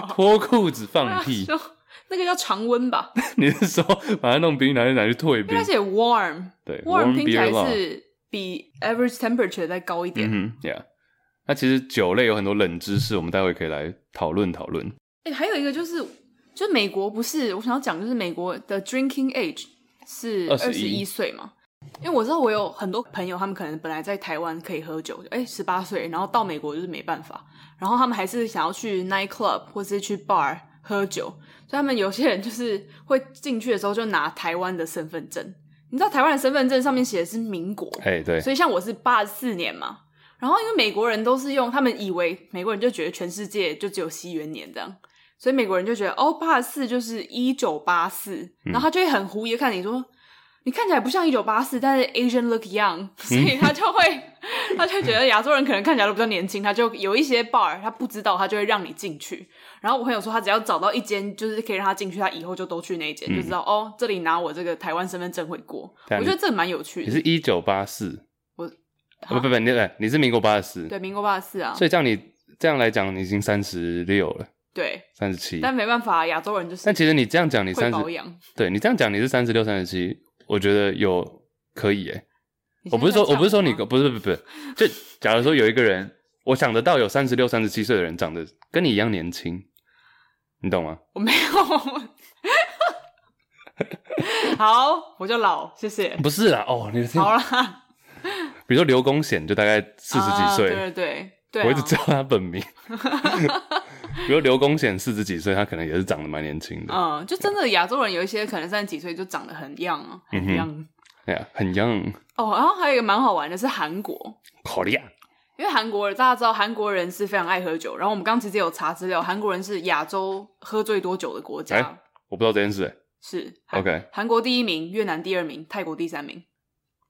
S1: 脱裤子放屁。
S2: 就 那个叫常温吧，
S1: 你是说把它弄冰，拿去拿去退
S2: 因
S1: 冰
S2: 为它？写 warm，warm
S1: 对，warm
S2: 听起
S1: beer
S2: 来
S1: law。
S2: 是比 average temperature 再高一点。
S1: 嗯哼，Yeah。那其实酒类有很多冷知识，我们待会可以来讨论讨论。
S2: 哎、还有一个就是，就美国不是我想要讲，就是美国的 drinking age 是
S1: 21
S2: 二十一岁嘛。因为我知道我有很多朋友，他们可能本来在台湾可以喝酒，哎，十八岁，然后到美国就是没办法，然后他们还是想要去 night club 或是去 bar 喝酒，所以他们有些人就是会进去的时候就拿台湾的身份证，你知道台湾的身份证上面写的是民国，
S1: 哎、对，
S2: 所以像我是八四年嘛，然后因为美国人都是用，他们以为美国人就觉得全世界就只有西元年这样，所以美国人就觉得哦八四就是一九八四，
S1: 嗯
S2: 然后他就会很狐疑地看你说。你看起来不像一九八四，但是 Asian look young，所以他就会，他就觉得亚洲人可能看起来都比较年轻，他就有一些 bar 他不知道，他就会让你进去。然后我朋友说，他只要找到一间就是可以让他进去，他以后就都去那一间，
S1: 嗯
S2: 就知道哦，这里拿我这个台湾身份证会过。
S1: 对啊
S2: 我觉得这蛮有趣
S1: 你
S2: 的。
S1: 是一九八四，
S2: 我
S1: 啊不不不，你哎你是民国八十四，
S2: 对，民国八四啊，
S1: 所以这样你这样来讲，你已经三十六了，
S2: 对，
S1: 三十七。
S2: 但没办法，啊亚洲人就是
S1: 但其实你这样讲，你
S2: 会
S1: 三十
S2: 保养。
S1: 对你这样讲，你是三十六、三十七，我觉得有可以诶、
S2: 你
S1: 我
S2: 现在
S1: 不是说，
S2: 在
S1: 我不是说
S2: 呛
S1: 你，
S2: 吗
S1: 不是不是不是，就假如说有一个人，我想得到有三十六、三十七岁的人长得跟你一样年轻，你懂吗？
S2: 我没有。好，我就老，谢谢。
S1: 不是啦，哦，你的天，
S2: 好啊啦，
S1: 比如说刘公显就大概四十几
S2: 啊
S1: 岁，
S2: 对对对对啊，
S1: 我一直叫他本 名。比如刘公显四十几岁，他可能也是长得蛮年轻的，
S2: 嗯，就真的亚洲人有一些可能三十几岁就长得很样啊，
S1: 嗯哼
S2: 很样。
S1: 哎呀，很 young，
S2: 哦，然后还有一个蛮好玩的是韩国，
S1: 好厉害，
S2: 因为韩国人大家知道韩国人是非常爱喝酒，然后我们刚刚直接有查资料，韩国人是亚洲喝最多酒的国家，
S1: 哎我不知道这件事、欸。
S2: 是韩
S1: OK，
S2: 韩国第一名，越南第二名，泰国第三名，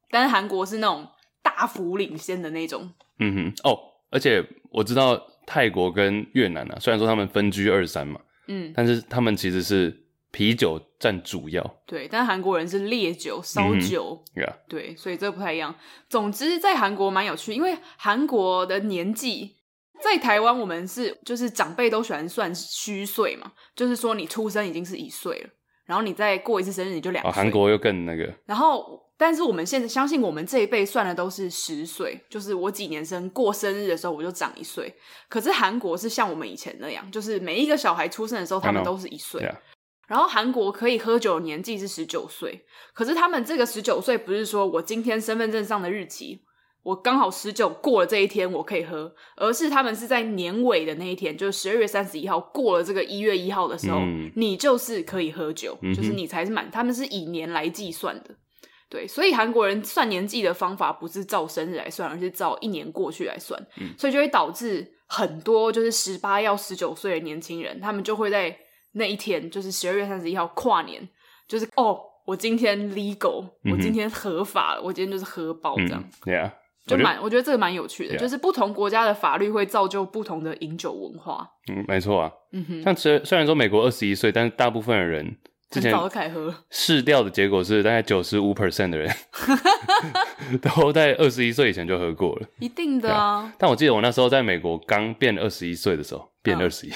S2: 但是韩国是那种大幅领先的那种，
S1: 嗯哼，哦，而且我知道泰国跟越南啊，虽然说他们分居二三嘛，
S2: 嗯，
S1: 但是他们其实是啤酒占主要，
S2: 对，但是韩国人是烈酒、烧
S1: 嗯哼
S2: 酒。
S1: 对吧？
S2: 对，所以这不太一样。总之，在韩国蛮有趣，因为韩国的年纪，在台湾我们是就是长辈都喜欢算虚岁嘛，就是说你出生已经是一岁了，然后你再过一次生日你就两
S1: 哦，
S2: 岁。
S1: 韩，国又更那个，
S2: 然后。但是我们现在相信，我们这一辈算的都是十岁，就是我几年生过生日的时候我就长一岁。可是韩国是像我们以前那样，就是每一个小孩出生的时候他
S1: I
S2: 们
S1: know
S2: 都是一岁。
S1: 对啊，
S2: 然后韩国可以喝酒的年纪是十九岁，可是他们这个十九岁不是说我今天身份证上的日期，我刚好十九过了这一天我可以喝，而是他们是在年尾的那一天，就是十二月三十一号过了这个一月一号的时候，
S1: 嗯
S2: 你就是可以喝酒，
S1: 嗯哼
S2: 就是你才是满，他们是以年来计算的。对，所以韩国人算年纪的方法不是照生日来算，而是照一年过去来算，
S1: 嗯
S2: 所以就会导致很多就是十八要十九岁的年轻人，他们就会在那一天，就是十二月三十一号跨年，就是哦，我今天 legal，
S1: 嗯
S2: 我
S1: 哼
S2: 今天合法了，我今天就是喝爆这样，
S1: 嗯，对啊，
S2: 就
S1: 我觉得
S2: 蛮我觉得这个蛮有趣的
S1: Yeah
S2: 就是不同国家的法律会造就不同的饮酒文化。
S1: 嗯，没错啊。
S2: 嗯哼，
S1: 像虽虽然说美国二十一岁，但是大部分的人之
S2: 很
S1: 前
S2: 早就开始喝，
S1: 试调的结果是，大概九十五 percent 的 人 都在二十一岁以前就喝过了。
S2: 一定的啊，
S1: 但我记得我那时候在美国刚变二十一岁的时候，变
S2: 嗯
S1: 二 十一，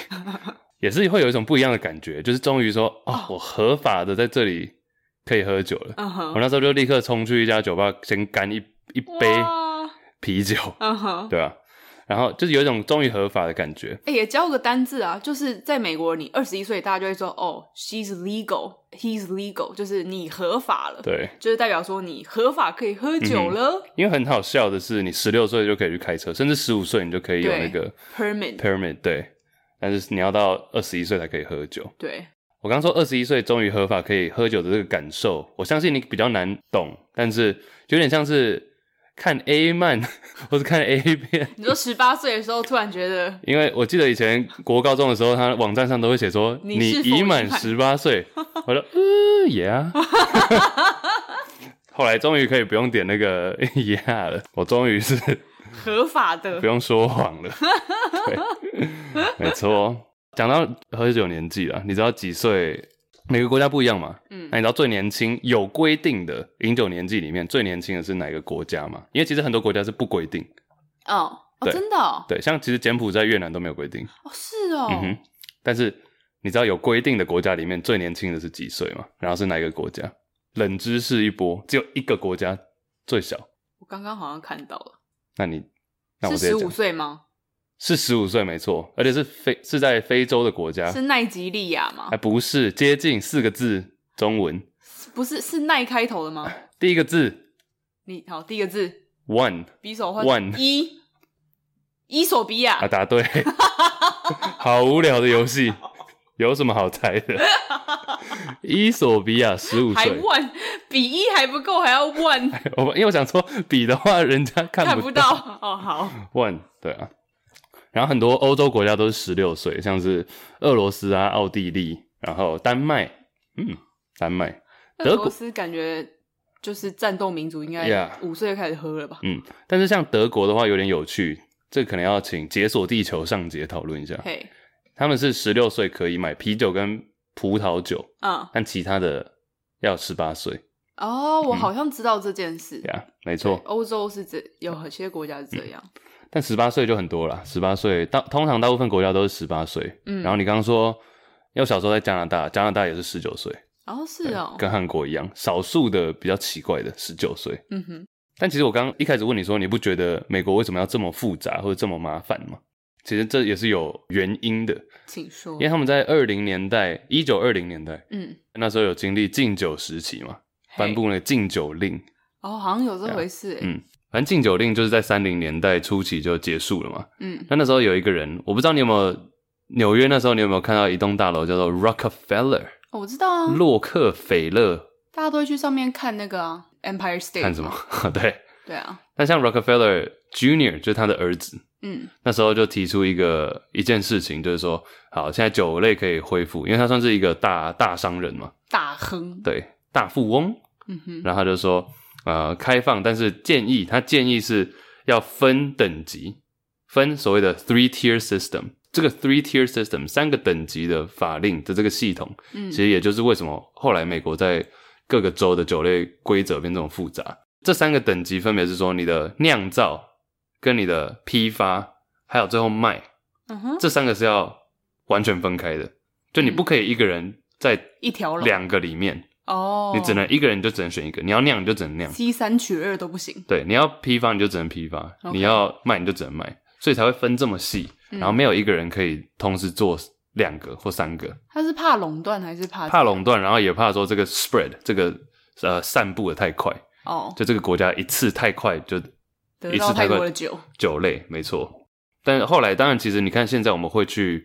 S1: 也是会有一种不一样的感觉，就是终于说，哦，我合法的在这里可以喝酒了。
S2: 嗯
S1: 我
S2: 哼，
S1: 那时候就立刻冲去一家酒吧，先干一一杯
S2: 哇
S1: 啤酒，
S2: 嗯哼，
S1: 对吧、啊然后就是有一种终于合法的感觉，
S2: 哎、也教个单字啊，就是在美国，你二十一岁，大家就会说哦，she's legal，he's legal，就是你合法 了，
S1: 对。嗯
S2: 就是代表说你合法可以喝酒了、
S1: 因为很好笑的是，你十六岁就可以去开车，甚至十五岁你就可以有
S2: 对
S1: 那个
S2: p e r m i t
S1: permit，对。但是你要到二十一岁才可以喝酒。
S2: 对，
S1: 我刚说二十一岁终于合法可以喝酒的这个感受，我相信你比较难懂，但是有点像是看 A 漫 或是看 A 片，
S2: 你说十八岁的时候突然觉得
S1: 因为我记得以前国高中的时候，他网站上都会写说
S2: 你
S1: 你
S2: 是否
S1: 已满
S2: 已满
S1: 十八岁， 我说呃也啊。后来终于可以不用点那个 yeah 了，我终于是
S2: 合法 的
S1: 不，用说谎 了。对，没错。哦讲到喝酒年纪啊了，你知道几岁？每个国家不一样嘛。
S2: 嗯
S1: 那你知道最年轻有规定的饮酒年纪里面最年轻的是哪个国家吗？因为其实很多国家是不规定。
S2: 哦哦，
S1: 对
S2: 真的哦，
S1: 对，像其实柬埔寨、越南都没有规定。
S2: 哦是哦，
S1: 嗯哼。但是你知道有规定的国家里面最年轻的是几岁吗？然后是哪一个国家？冷知识一波，只有一个国家最小。
S2: 我刚刚好像看到了，
S1: 那你，那我
S2: 是
S1: 直接
S2: 十
S1: 讲
S2: 五岁吗？
S1: 是十五岁没错，而且是非是在非洲的国家，
S2: 是奈及利亚吗
S1: 哎，？不是接近四个字中文，
S2: 不是，是奈开头的吗？
S1: 第一个字
S2: 你好，第一个字，
S1: one
S2: 匕首换
S1: One
S2: 伊伊索比亚
S1: 啊，答对， 好无聊的游戏，有什么好猜的？伊索比亚十五
S2: 还
S1: 岁，
S2: 问， 比一还不够，还要 问，
S1: 我因为我想说比的话，人家
S2: 看
S1: 看
S2: 不
S1: 到
S2: 到 哦。好，
S1: one 对啊，然后很多欧洲国家都是十六岁，像是俄罗斯啊、奥地利，然后丹麦，嗯，丹麦。
S2: 俄
S1: 德国
S2: 罗斯感觉就是战斗民族，应该
S1: Yeah
S2: 五岁就开始喝了吧？
S1: 嗯，但是像德国的话有点有趣，这可能要请解锁地球上节讨论一下。
S2: 嘿，
S1: 他们是十六岁可以买啤酒跟葡萄酒，
S2: 嗯
S1: 但其他的要十八岁。
S2: 哦，
S1: 嗯
S2: 我好像知道这件事。
S1: 对啊，没错。
S2: 欧洲是这有些国家是这样，
S1: 但十八岁就很多了，十八岁大通常大部分国家都是十八岁。
S2: 嗯，
S1: 然后你刚刚说，要小时候在加拿大，加拿大也是十九岁，
S2: 哦是哦，
S1: 嗯跟韩国一样，少数的比较奇怪的十九岁。
S2: 嗯哼，
S1: 但其实我刚一开始问你说，你不觉得美国为什么要这么复杂或者这么麻烦吗？其实这也是有原因的，
S2: 请说
S1: 因为。他们在二零年代，一九二零年代
S2: 嗯，
S1: 那时候有经历禁酒时期嘛，颁布
S2: 嘿
S1: 那个禁酒令。
S2: 哦，好像有这回事欸。
S1: 嗯反正禁酒令就是在三零年代初期就结束了嘛。
S2: 嗯，
S1: 那那时候有一个人，我不知道你有没有纽约那时候你有没有看到一栋大楼叫做 Rockefeller、
S2: 哦我知道啊，
S1: 洛克菲勒，
S2: 大家都会去上面看那个啊，Empire State。
S1: 看什么？？ 对，
S2: 对啊，
S1: 那像 Rockefeller Junior 就是他的儿子，
S2: 嗯
S1: 那时候就提出一个一件事情，就是说，好，现在酒类可以恢复，因为他算是一个大大商人嘛，
S2: 大亨，
S1: 对，大富翁。
S2: 嗯哼，
S1: 然后他就说，呃，开放，但是建议他建议是要分等级，分所谓的 three tier system。这个 three tier system 三个等级的法令的这个系统，
S2: 嗯
S1: 其实也就是为什么后来美国在各个州的酒类规则变这么复杂。这三个等级分别是说你的酿造、跟你的批发，还有最后卖，
S2: 嗯哼，
S1: 这三个是要完全分开的。就
S2: 嗯
S1: 你不可以一个人在
S2: 一条龙
S1: 两个里面，
S2: 哦，
S1: 你只能一个人就只能选一个，你要酿你就只能酿，
S2: C 三取二都不行。
S1: 对，你要批发你就只能批发
S2: OK
S1: 你要卖你就只能卖，所以才会分这么细，
S2: 嗯
S1: 然后没有一个人可以同时做两个或三个，
S2: 他是怕垄断还是怕
S1: 怕垄断，然后也怕说这个 spread 这个呃散布的太快，
S2: 哦？
S1: 就这个国家一次太快就
S2: 得
S1: 一
S2: 到
S1: 次
S2: 泰
S1: 太
S2: 国
S1: 快
S2: 的酒，
S1: 酒类，没错。但后来当然，其实你看现在我们会去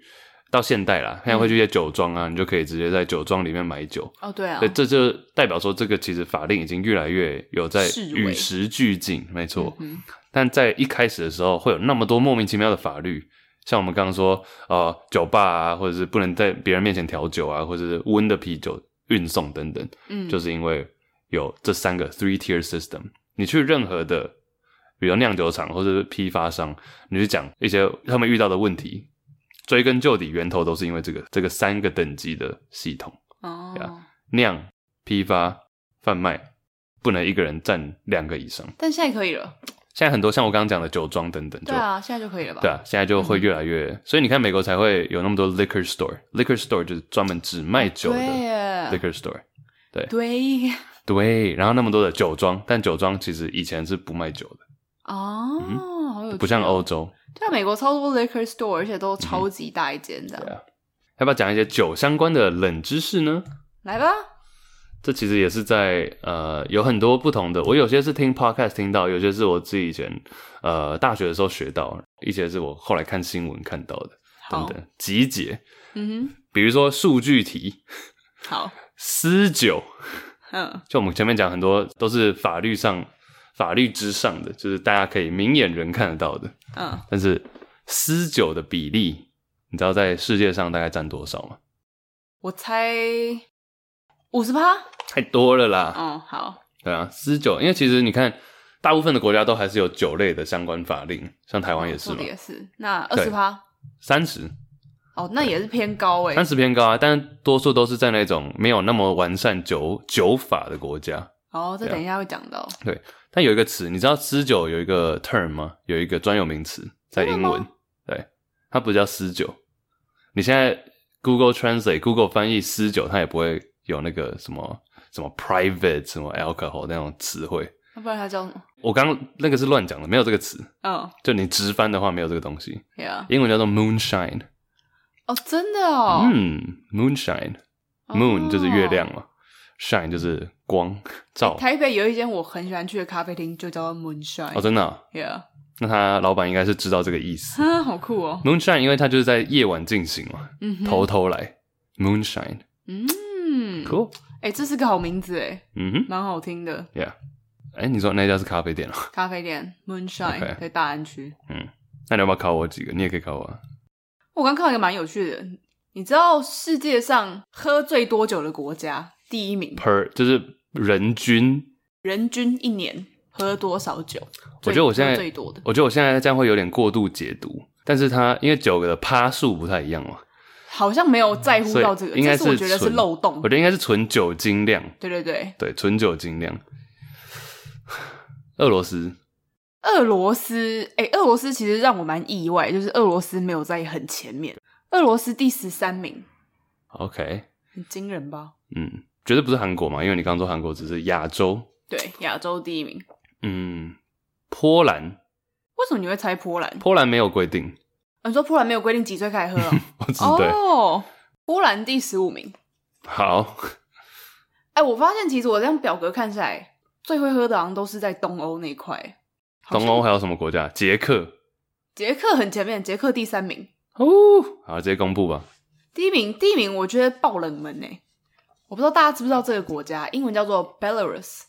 S1: 到现代啦，现在会
S2: 嗯
S1: 去一些酒庄啊，你就可以直接在酒庄里面买酒。
S2: 哦，对啊，
S1: 对，这就代表说，这个其实法令已经越来越有在
S2: 视为
S1: 与时俱进，没错。
S2: 嗯
S1: 但在一开始的时候，会有那么多莫名其妙的法律，像我们刚刚说，呃，酒吧啊，或者是不能在别人面前调酒啊，或者是温的啤酒运送等等，
S2: 嗯，
S1: 就是因为有这三个 three tier system。你去任何的，比如酿酒厂或者是批发商，你去讲一些他们遇到的问题，追根究底，源头都是因为这个这个三个等级的系统。
S2: 哦
S1: Yeah。酿、批发、贩卖，不能一个人占两个以上。
S2: 但现在可以了，
S1: 现在很多像我刚刚讲的酒庄等等，就
S2: 对啊，嗯现在就可以了吧？
S1: 对啊现在就会越来越，所以你看美国才会有那么多 liquor store。liquor store 就是专门只卖酒
S2: 对啊
S1: 的
S2: 耶，
S1: liquor store。
S2: 对
S1: 对，然后那么多的酒庄，但酒庄其实以前是不卖酒的，
S2: 哦，好有趣
S1: 嗯
S2: 哦
S1: 不像欧洲。
S2: 对啊，美国超多 liquor store，而且都超级大一间的。
S1: 对啊要不要讲一些酒相关的冷知识呢？
S2: 来吧，
S1: 这其实也是在呃有很多不同的，我有些是听 podcast 听到，有些是我自己以前呃大学的时候学到，一些是我后来看新闻看到的等
S2: 好，
S1: 等集结，
S2: 嗯
S1: 比如说数据题、
S2: 哼，好，
S1: 私酒，
S2: 嗯，
S1: 就我们前面讲很多都是法律上法律之上的，就是大家可以明眼人看得到的，
S2: 嗯，
S1: 但是私酒的比例，你知道在世界上大概占多少吗？
S2: 我猜五十趴。
S1: 太多了啦！
S2: 嗯，好，
S1: 对啊，私酒，因为其实你看，大部分的国家都还是有酒类的相关法令，像台湾也是
S2: 做
S1: 嘛
S2: 的，也是。那二
S1: 对
S2: 十趴，
S1: 三十，
S2: 哦，那也是偏高哎
S1: 三。十偏高啊，但是多数都是在那种没有那么完善酒酒法的国家。
S2: 哦，这
S1: 对啊
S2: 等一下会讲到。
S1: 但有一个词，你知道私酒有一个 term 吗？有一个专有名词在英
S2: 真的
S1: 文
S2: 吗，
S1: 对，它不叫私酒。你现在 Google Translate、Google 翻译私酒，它也不会有那个什么什么 private、什么 alcohol 那种词汇。
S2: 那不然它叫什么？
S1: 我刚那个是乱讲的，没有这个词。
S2: 嗯
S1: 就你直翻的话，没有这个东西。
S2: ，Yeah。
S1: 英文叫做 moonshine。
S2: 哦，真的哦。
S1: 嗯，moonshine，moon
S2: 哦
S1: 就是月亮嘛，shine 就是光照。
S2: 台北有一间我很喜欢去的咖啡厅，就叫做
S1: 哦，
S2: Moonshine。
S1: 真的啊、
S2: Yeah，
S1: 那他老板应该是知道这个意思。
S2: 哈，好酷哦。
S1: moonshine，因为它就是在夜晚进行嘛，
S2: 嗯哼，
S1: 偷偷来。moonshine，cool。
S2: 嗯，哎，这是个好名字哎，
S1: 嗯哼
S2: 蛮好听的。
S1: ，yeah。哎，你说那家是咖啡店啊？
S2: 咖啡店 Moonshine
S1: OK
S2: 在大安区。
S1: 那你要不要考我几个？你也可以考我、啊。
S2: 我刚看到一个蛮有趣的，你知道世界上喝最多酒的国家第一名，
S1: per 就是人均。
S2: 人均一年喝多少酒？
S1: 我
S2: 最
S1: 觉得我现
S2: 喝
S1: 在
S2: 最多的，
S1: 我觉得我现在这样会有点过度解读，但是它因为酒的趴数不太一样嘛，
S2: 好像没有在乎
S1: 所以
S2: 到这个，
S1: 应该
S2: 这是我觉得是
S1: 纯
S2: 漏洞
S1: 我。觉得应该是纯酒精量，
S2: 对对对，
S1: 对，纯酒精量。俄罗斯
S2: 俄罗斯，哎、俄罗斯其实让我蛮意外，就是俄罗斯没有在很前面，俄罗斯第十三名，
S1: ，OK，
S2: 很惊人吧？
S1: 嗯，绝对不是韩国嘛，因为你刚说韩国只是亚洲，
S2: 对，亚洲第一名。
S1: 嗯，波兰，
S2: 为什么你会猜波兰？哦
S1: 波兰没有规定，
S2: 你说波兰没有规定几岁开始喝啊？
S1: 我只嗯对、
S2: 哦，波兰第十五名。
S1: 好，
S2: 哎、我发现其实我这样表格看下来，最会喝的好像都是在东欧那一块。好像
S1: 东欧还有什么国家？捷克
S2: 捷克很前面，捷克第三名，
S1: 哦，好，直接公布吧。
S2: 第一名，第一名我觉得爆冷门呢、欸我不知道大家知不知道这个国家，英文叫做 Belarus，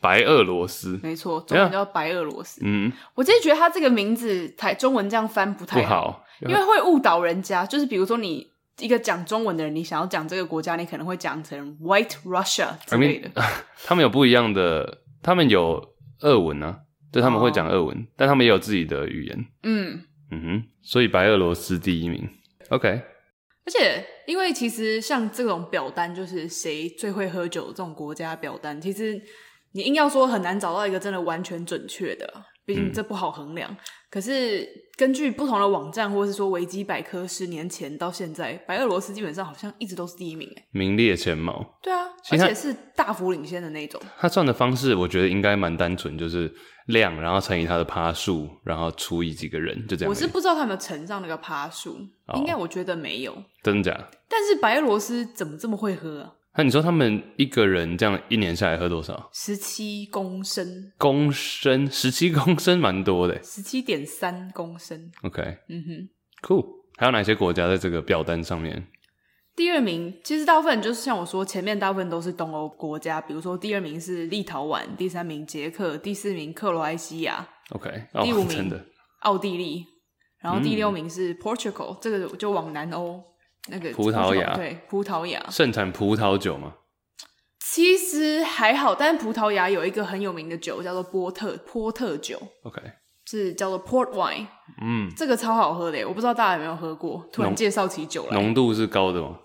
S1: 白俄罗斯，
S2: 没错，中
S1: 啊
S2: 文叫白俄罗斯。
S1: 嗯，
S2: 我真的觉得它这个名字台中文这样翻不
S1: 不
S2: 太好，
S1: 好，啊
S2: 因为会误导人家。就是比如说你一个讲中文的人，你想要讲这个国家，你可能会讲成 White Russia 之
S1: I
S2: 类的
S1: mean，。他们 有不一样的，他们有俄文啊，对，他们会讲俄文
S2: 哦
S1: 但他们也有自己的语言。
S2: 嗯，
S1: 嗯哼，所以白俄罗斯第一名。OK，
S2: 而且，因为其实像这种表单，就是谁最会喝酒这种国家表单，其实你硬要说很难找到一个真的完全准确的，毕竟
S1: 嗯
S2: 这不好衡量。可是根据不同的网站，或是说维基百科，十年前到现在，白俄罗斯基本上好像一直都是第一名。哎，
S1: 名列前茅。
S2: 对啊，
S1: 其
S2: 而
S1: 实它
S2: 且是大幅领先的那种。
S1: 他算的方式，我觉得应该蛮单纯，就是量，然后乘以它的趴数，然后除以几个人，就这样而已。
S2: 我是不知道他有没有乘上那个趴数，
S1: 哦
S2: 应该我觉得没有。
S1: 真的假的？
S2: 但是白俄罗斯怎么这么会喝啊？
S1: 那你说他们一个人这样一年下来喝多少？
S2: 十七公升，
S1: 公升，十七公升，蛮多的。
S2: 十七点三公升，
S1: OK，cool、
S2: 嗯哼。
S1: 还有哪些国家在这个表单上面？
S2: 第二名其实大部分就是像我说，前面大部分都是东欧国家，比如说第二名是立陶宛，第三名捷克，第四名克罗埃西亚、
S1: OK，哦
S2: 第五，名
S1: 真的，
S2: 奥地利，然后
S1: 嗯
S2: 第六名是 Portugal，、这个就往南欧那个
S1: 葡萄牙
S2: 对葡萄牙。
S1: 盛产葡萄酒嘛，
S2: 其实还好，但葡萄牙有一个很有名的酒叫做波特波特酒，
S1: OK，
S2: 是叫做 Port Wine，
S1: 嗯，
S2: 这个超好喝的耶，我不知道大家有没有喝过，突然
S1: 浓
S2: 介绍起酒来，
S1: 浓度是高的嘛，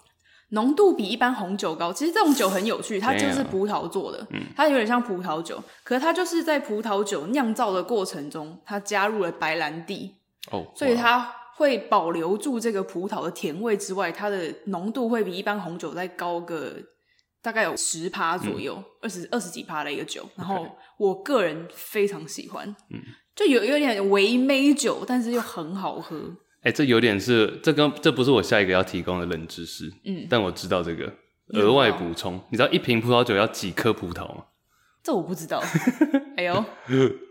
S2: 浓度比一般红酒高。其实这种酒很有趣，它就
S1: Damn 嗯
S2: 是葡萄做的，它有点像葡萄酒，可是它就是在葡萄酒酿造的过程中，它加入了白兰地，
S1: 哦，
S2: 所以
S1: 哇
S2: 它会保留住这个葡萄的甜味之外，它的浓度会比一般红酒再高个大概有十趴
S1: 嗯
S2: 左右，二十二十几趴的一个酒。然后我个人非常喜欢，嗯，就有有点微美酒，但是又很好喝。
S1: 哎、这有点是这跟这不是我下一个要提供的冷知识，
S2: 嗯
S1: 但我知道这个
S2: 知道
S1: 额外补充，你知道一瓶葡萄酒要几颗葡萄吗？
S2: 这我不 知道，哎呦，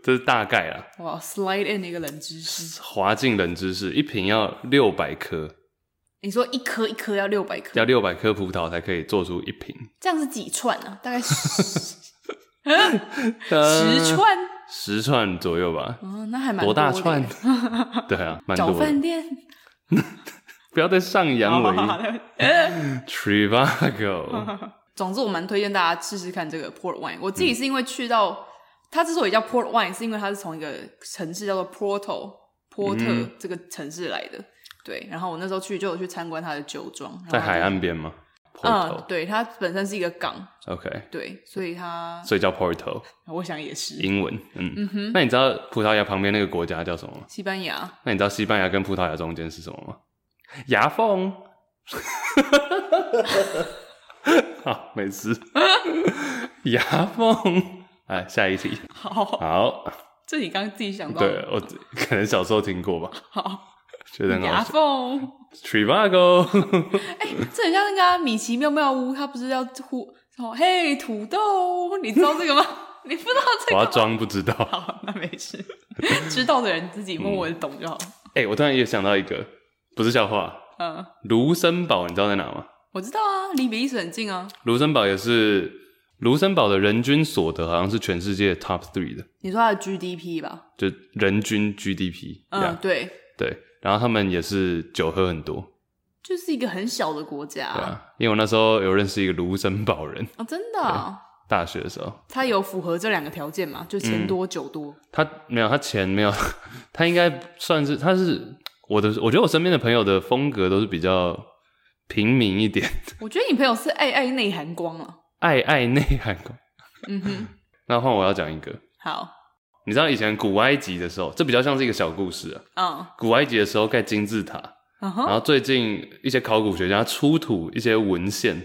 S1: 这是大概啦，
S2: 哇，slide in 的一个冷知识。
S1: 滑进冷知识，一瓶要六百颗，
S2: 你说一颗一颗要六百颗
S1: 要，六百颗葡萄才可以做出一瓶，
S2: 这样是几串啊？大概十
S1: 呃
S2: 十串，
S1: 十串左右吧，
S2: 嗯，那还蛮
S1: 多大
S2: 的耶
S1: 串？ 对啊，蛮
S2: 找
S1: 多的
S2: 饭，店，
S1: 不要再上 扬
S2: 好
S1: 了
S2: 好好对不起
S1: ，Trivago，
S2: 总之，我蛮推荐大家试试看这个 port wine。我
S1: 嗯
S2: 自己是因为去到、它之所以叫 port wine，是因为它是从一个城市叫做 Porto 波特
S1: 嗯
S2: 这个城市来的。对，然后我那时候去就有去参观它的酒庄，然后
S1: 在
S2: 它
S1: 海
S2: 就。
S1: 岸边吗
S2: 嗯，
S1: ？Porto，OK，、
S2: 对，它本身是一个港，
S1: OK，
S2: 对，所以它，
S1: 所以叫 Porto。
S2: 我想也是
S1: 英文，嗯，那你知道葡萄牙旁边那个国家叫什么吗？
S2: 西班牙。
S1: 那你知道西班牙跟葡萄牙中间是什么吗？牙缝。好，没事。牙缝。哎，下一题。
S2: 好，
S1: 好，
S2: 这你刚刚自己想到的，
S1: 对我可能小时候听过吧，
S2: 好，
S1: 觉得很
S2: 牙
S1: 好笑。
S2: 缝。
S1: Trivago，
S2: 这很像那个啊、米奇妙妙屋，他不是要呼什么？嘿，土豆，你知道这个吗？ 你不知道这
S1: 我要
S2: 个吗？
S1: 装不知道。
S2: 好，那没事， 知道的人自己默默的懂就好。
S1: 哎、我突然也想到一个，不是笑话，
S2: 嗯
S1: 卢森堡，你知道在哪吗？
S2: 我知道啊，离比利时很近啊。
S1: 卢森堡也是，卢森堡的人均所得好像是全世界 top three 的。
S2: 你说他的 GDP 吧？
S1: 就人均 GDP，
S2: 嗯
S1: yeah，
S2: 对，
S1: 对，然后他们也是酒喝很多，
S2: 就是一个很小的国家
S1: 对
S2: 啊，
S1: 啊，因为我那时候有认识一个卢森堡人，
S2: 哦真的啊、
S1: 大学的时候，
S2: 他有符合这两个条件嘛？
S1: 嗯
S2: 就钱多酒多，
S1: 他没有，他钱没有， 他应该算是他是我的，我觉得我身边的朋友的风格都是比较平民一点，
S2: 我觉得你朋友是爱爱内涵光了。
S1: 爱爱内涵 光。
S2: 嗯哼，
S1: 那换我要讲一个，
S2: 好，
S1: 你知道以前古埃及的时候，这比较像是一个小故事啊。
S2: 嗯，
S1: 古埃及的时候盖金字塔，
S2: 嗯
S1: 然
S2: 哼，
S1: 后最近一些考古学家出土一些文献，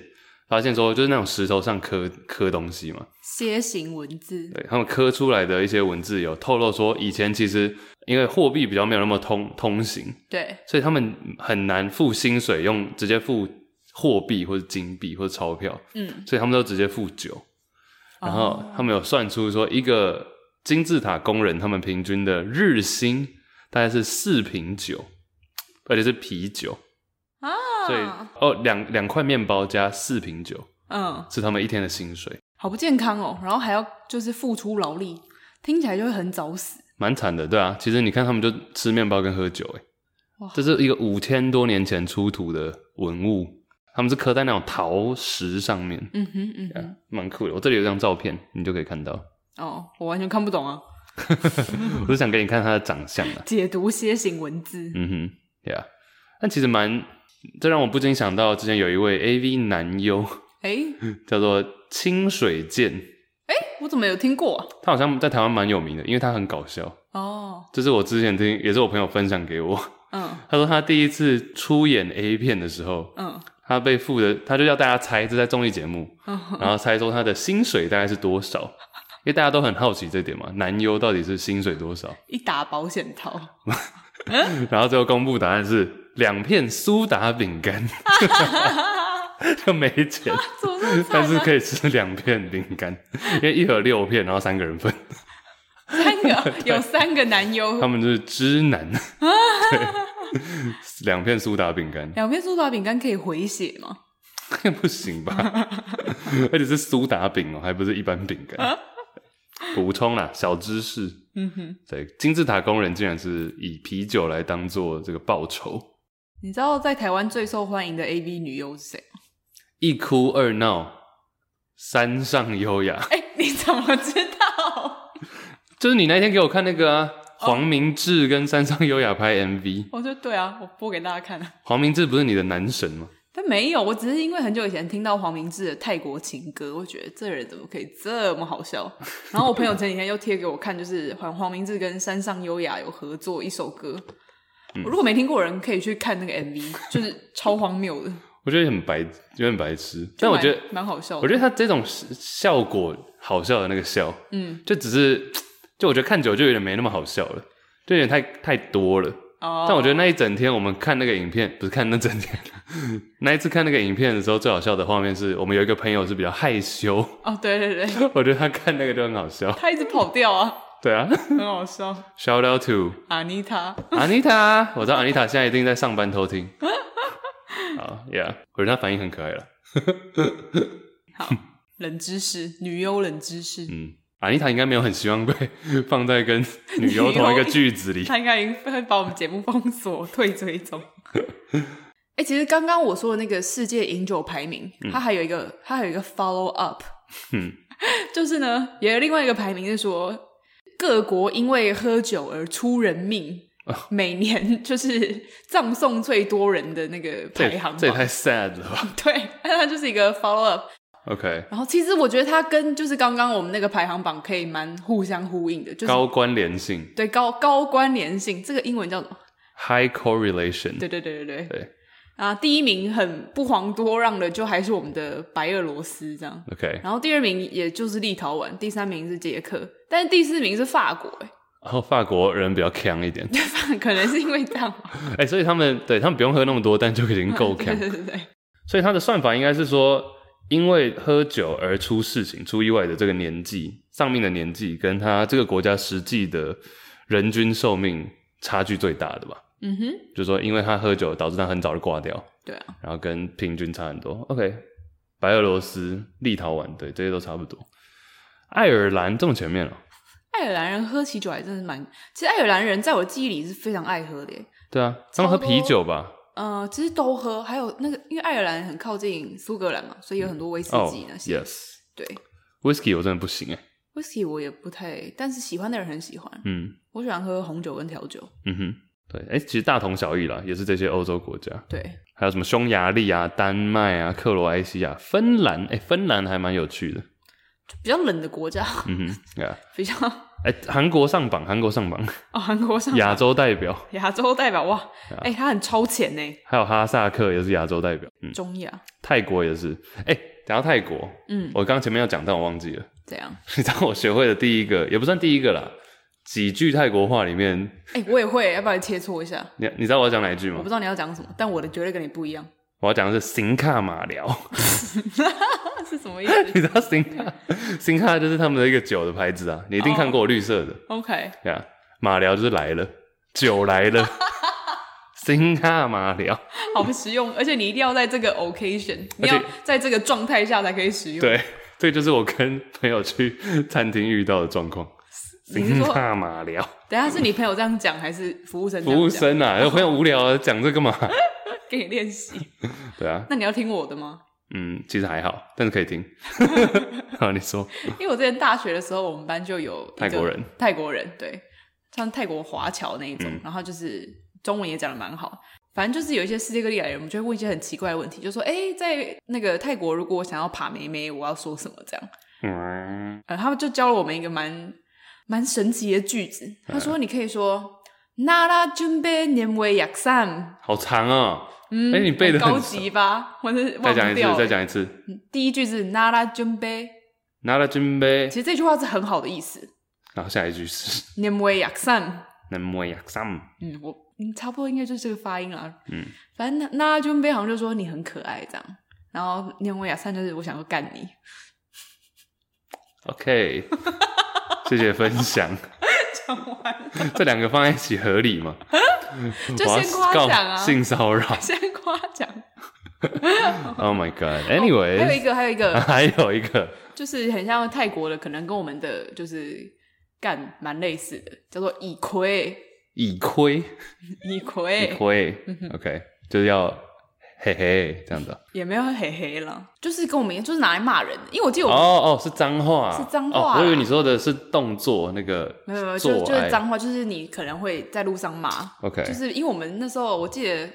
S1: 发现说就是那种石头上刻刻东西嘛，
S2: 楔形文字，
S1: 对他们刻出来的一些文字有透露说，以前其实因为货币比较没有那么通通行，
S2: 对，
S1: 所以他们很难付薪水用直接付货币或者金币或者钞票，
S2: 嗯，
S1: 所以他们都直接付酒。然后
S2: 哦
S1: 他们有算出说，一个金字塔工人他们平均的日薪大概是四瓶酒，而且是啤酒，
S2: 啊，
S1: 所以哦两两块面包加四瓶酒
S2: 嗯，
S1: 是他们一天的薪水，
S2: 好不健康哦，然后还要就是付出劳力，听起来就会很早死。
S1: 蛮惨的，对啊。其实你看他们就吃面包跟喝酒、欸，
S2: 哇
S1: 这是一个五千多年前出土的文物，他们是刻在那种陶石上面，
S2: 嗯哼，嗯哼，
S1: 蛮酷的。我这里有张照片，你就可以看到。
S2: 哦，我完全看不懂啊，
S1: 我是想给你看他的长相啊。
S2: 解读楔形文字，
S1: 嗯哼，Yeah，但其实蛮，这让我不禁想到之前有一位 AV 男优
S2: 诶
S1: 叫做清水健，
S2: 诶，我怎么有听过啊？
S1: 他好像在台湾蛮有名的，因为他很搞笑。
S2: 哦，
S1: 这是我之前听，也是我朋友分享给我，
S2: 嗯
S1: 他说他第一次出演 A 片的时候，
S2: 嗯
S1: 他被付的，他就要大家猜，这在综艺节目，
S2: 嗯，
S1: 然后猜说他的薪水大概是多少，因为大家都很好奇这点嘛，男优到底是薪水多少，
S2: 一打保险套，
S1: 然后最后公布答案是两片苏打饼干，就没钱。
S2: 怎么这么惨
S1: 但
S2: 啊
S1: 是可以吃两片饼干，因为一盒六片，然后三个人分。
S2: 三个 有三个男优
S1: 他，们就是知男，对，两片苏打饼干
S2: 两片苏打饼干可以回血吗？
S1: 不行吧？而且是苏打饼哦、还不是一般饼
S2: 啊
S1: 干。补充啦，小知识，
S2: 嗯哼，
S1: 对，金字塔工人竟然是以啤酒来当做这个报酬，
S2: 你知道在台湾最受欢迎的 AV 女优是谁吗？
S1: 一哭二闹。山上优雅，
S2: 哎、你怎么知道？
S1: 就是你那天给我看那个啊，
S2: 哦
S1: 黄明志跟山上优雅拍 MV，
S2: 我说对啊，我播给大家看啊。
S1: 黄明志不是你的男神吗？
S2: 但没有，我只是因为很久以前听到黄明志的泰国情歌，我觉得这人怎么可以这么好笑。然后我朋友前几天又贴给我看，就是黄黄明志跟山上优雅有合作一首歌。
S1: 嗯
S2: 我如果没听过的人，可以去看那个 MV，就是超荒谬的，
S1: 我觉得很白，有点白痴。但我觉得，
S2: 就蛮蛮好笑的。
S1: 我觉得他这种效果好笑的那个笑，
S2: 嗯，
S1: 就只是，就我觉得看久就有点没那么好笑了，就有点太太多了。
S2: 哦，
S1: 但我觉得那一整天我们看那个影片，不是看那整天，啊 那一次看那个影片的时候，最好笑的画面是我们有一个朋友是比较害羞，
S2: 哦，对对对，
S1: 我觉得他看那个就很好笑。
S2: 他一直跑掉啊，
S1: 对啊
S2: 很好笑。
S1: ，shout out to
S2: 阿妮塔，
S1: Anita，我知 道 Anita 现在一定在上班偷听。好，Yeah，我觉得他反应很可爱了。
S2: 好，冷知识，女优冷知识，
S1: 嗯，安妮塔应该没有很希望被 放在跟女优同一个句子里。
S2: 她应该会把我们节目封锁、退追踪。哎、其实刚刚我说的那个世界饮酒排名，它还有一个，它还有一个 follow up，
S1: 嗯，
S2: 就是呢，也有另外一个排名是说，各国因为喝酒而出人命，
S1: 哦
S2: 每年就是葬送最多人的那个
S1: 这
S2: 排行
S1: 这也
S2: 榜。
S1: 太 sad 了吧
S2: 对，但它就是一个 follow up，
S1: ？OK，
S2: 然后其实我觉得它跟就是刚刚我们那个排行榜可以蛮互相呼应的， 就是
S1: 高关联性
S2: 对高高关联性，这个英文叫什么？
S1: （high correlation）。
S2: 对对对对对。
S1: 对
S2: 啊，第一名很不遑多让的，就还是我们的白俄罗斯这样。
S1: ，OK，
S2: 然后第二名也就是立陶宛，第三名是捷克，但是第四名是法国、 欸，
S1: 然后法国人比较强一 点，
S2: 哎，可能是因为这样吧，
S1: 哎、所以他们对他们不用喝那么多，但就已经 够
S2: 嗯对
S1: 强。
S2: 对对对，
S1: 所以他的算法应该是说，因为喝酒而出事情、出意外的这个年纪、丧命的年纪，跟他这个国家实际的人均寿命差距最大的吧？
S2: 嗯哼，
S1: 就是说，因为他喝酒导致他很早就挂掉，
S2: 对啊，
S1: 然后跟平均差很多。OK，白俄罗斯、立陶宛，对，这些都差不多。爱尔兰这么前面了，哦
S2: 爱尔兰人喝起酒来真的蛮，其实爱尔兰人在我记忆里是非常爱喝的、欸，
S1: 对啊，他们喝
S2: 超多
S1: 啤酒吧？
S2: 呃，其实都喝，还有那个，因为爱尔兰很靠近苏格兰嘛，所以有很多威士
S1: 哦、
S2: 忌那
S1: y
S2: 些。
S1: e s
S2: 对
S1: w h i s k y 我真的不行哎、
S2: 威士忌我也不太，但是喜欢的人很喜欢。
S1: 嗯
S2: 我喜欢喝红酒跟调酒。
S1: 嗯哼，对，哎、其实大同小异啦，也是这些欧洲国家，
S2: 对，
S1: 还有什么匈牙利啊、丹麦啊、克罗埃西亚、芬兰，哎、芬兰还蛮有趣的，
S2: 就比较冷的国家，
S1: 嗯哼，对啊，
S2: 比较
S1: 哎、韩国上榜，韩国上 榜，
S2: 哦，韩国上
S1: 亚啊洲代表，
S2: 亚洲代表哇，哎、他很超前呢，
S1: 还有哈萨克也是亚洲代表，嗯，
S2: 中亚，
S1: 泰国也是，哎、讲到泰国，
S2: 嗯，
S1: 我刚前面要讲，但我忘记了，
S2: 这样，
S1: 你知道我学会的第一个，也不算第一个啦，几句泰国话里面，
S2: 哎、我也会，要不然切磋一下，
S1: 你你知道我要讲哪一句
S2: 我
S1: 吗？
S2: 不知道你要讲什么，但我的绝对跟你不 一样，
S1: 我要讲的是行卡马聊，
S2: 是什么意思
S1: 你知道行卡行卡就是他们的一个酒的牌子啊，你一定看过绿色的。
S2: ？OK，
S1: 对啊，马聊就是来了，酒来 了，新卡马聊，
S2: 好实用，而且你一定要在这个 occasion，
S1: 而
S2: 你
S1: 且
S2: 要在这个状态下才可以使用。，
S1: 对，这就是我跟朋友去餐厅遇到的状况。
S2: 你是
S1: 新
S2: 说
S1: 卡马聊，
S2: 等一下是你朋友这样讲，还是服务生这
S1: 服务
S2: 样讲？
S1: 生啊，有朋友无聊啊，讲这干嘛？
S2: 给你练习。
S1: 对啊，
S2: 那你要听我的吗？
S1: 嗯，其实还好，但是可以 听。好，你说，
S2: 因为我之前大学的时候，我们班就有一个
S1: 泰国人，
S2: 泰国人对，像泰国华侨那一种，
S1: 嗯
S2: 然后就是中文也讲的蛮好。反正就是有一些世界各地来的人，我们就会问一些很奇怪的问题，就说：“哎、在那个泰国，如果我想要爬妹妹，我要说什么？”这样，
S1: 嗯，
S2: 呃，他们就教了我们一个蛮蛮神奇的句子。他说：“你可以说‘那拉准备年尾약삼’，
S1: 好长啊，
S2: 嗯，
S1: 哎你背得
S2: 很高
S1: 很
S2: 级吧？我是
S1: 再
S2: 忘
S1: 讲一
S2: 掉欸
S1: 次，
S2: 了
S1: 再讲一次。
S2: 第一句是 “nara j u m b
S1: 拿了军杯
S2: 其，实这句话是很好的意思。
S1: 然后下一句是
S2: n e m w e y a k s a n
S1: 能摸亚sam，
S2: 嗯，我嗯差不多应该就是这个发音啦。
S1: 嗯，
S2: 反正 “nara j u m b 好像就说你很可爱这样，然后 n e m w e y a k s a n 就是我想要干你，
S1: OK，谢谢分享。
S2: 讲完
S1: 这两个放在一起合理吗？
S2: 就先夸奖啊
S1: 我要告性骚扰。
S2: 先夸奖。
S1: Oh my god.
S2: 还有一
S1: Anyway，、
S2: 哦个，还有一个，
S1: 还有一个
S2: 就是很像泰国的，可能跟我们的就是干蛮类似的，叫做以亏
S1: 以亏
S2: 以
S1: 以
S2: 亏，
S1: 亏，OK，就是要嘿嘿这样的。
S2: 也没有嘿嘿了，就是跟我们一样，就是拿来骂人的。因为我记得
S1: 哦
S2: 我
S1: 哦，是脏话，
S2: 是脏话啦
S1: 哦。我以为你说的是动作那个
S2: 没有没有，
S1: 做
S2: 就
S1: 爱
S2: 就是脏话，就是你可能会在路上骂，
S1: OK，
S2: 就是因为我们那时候我记得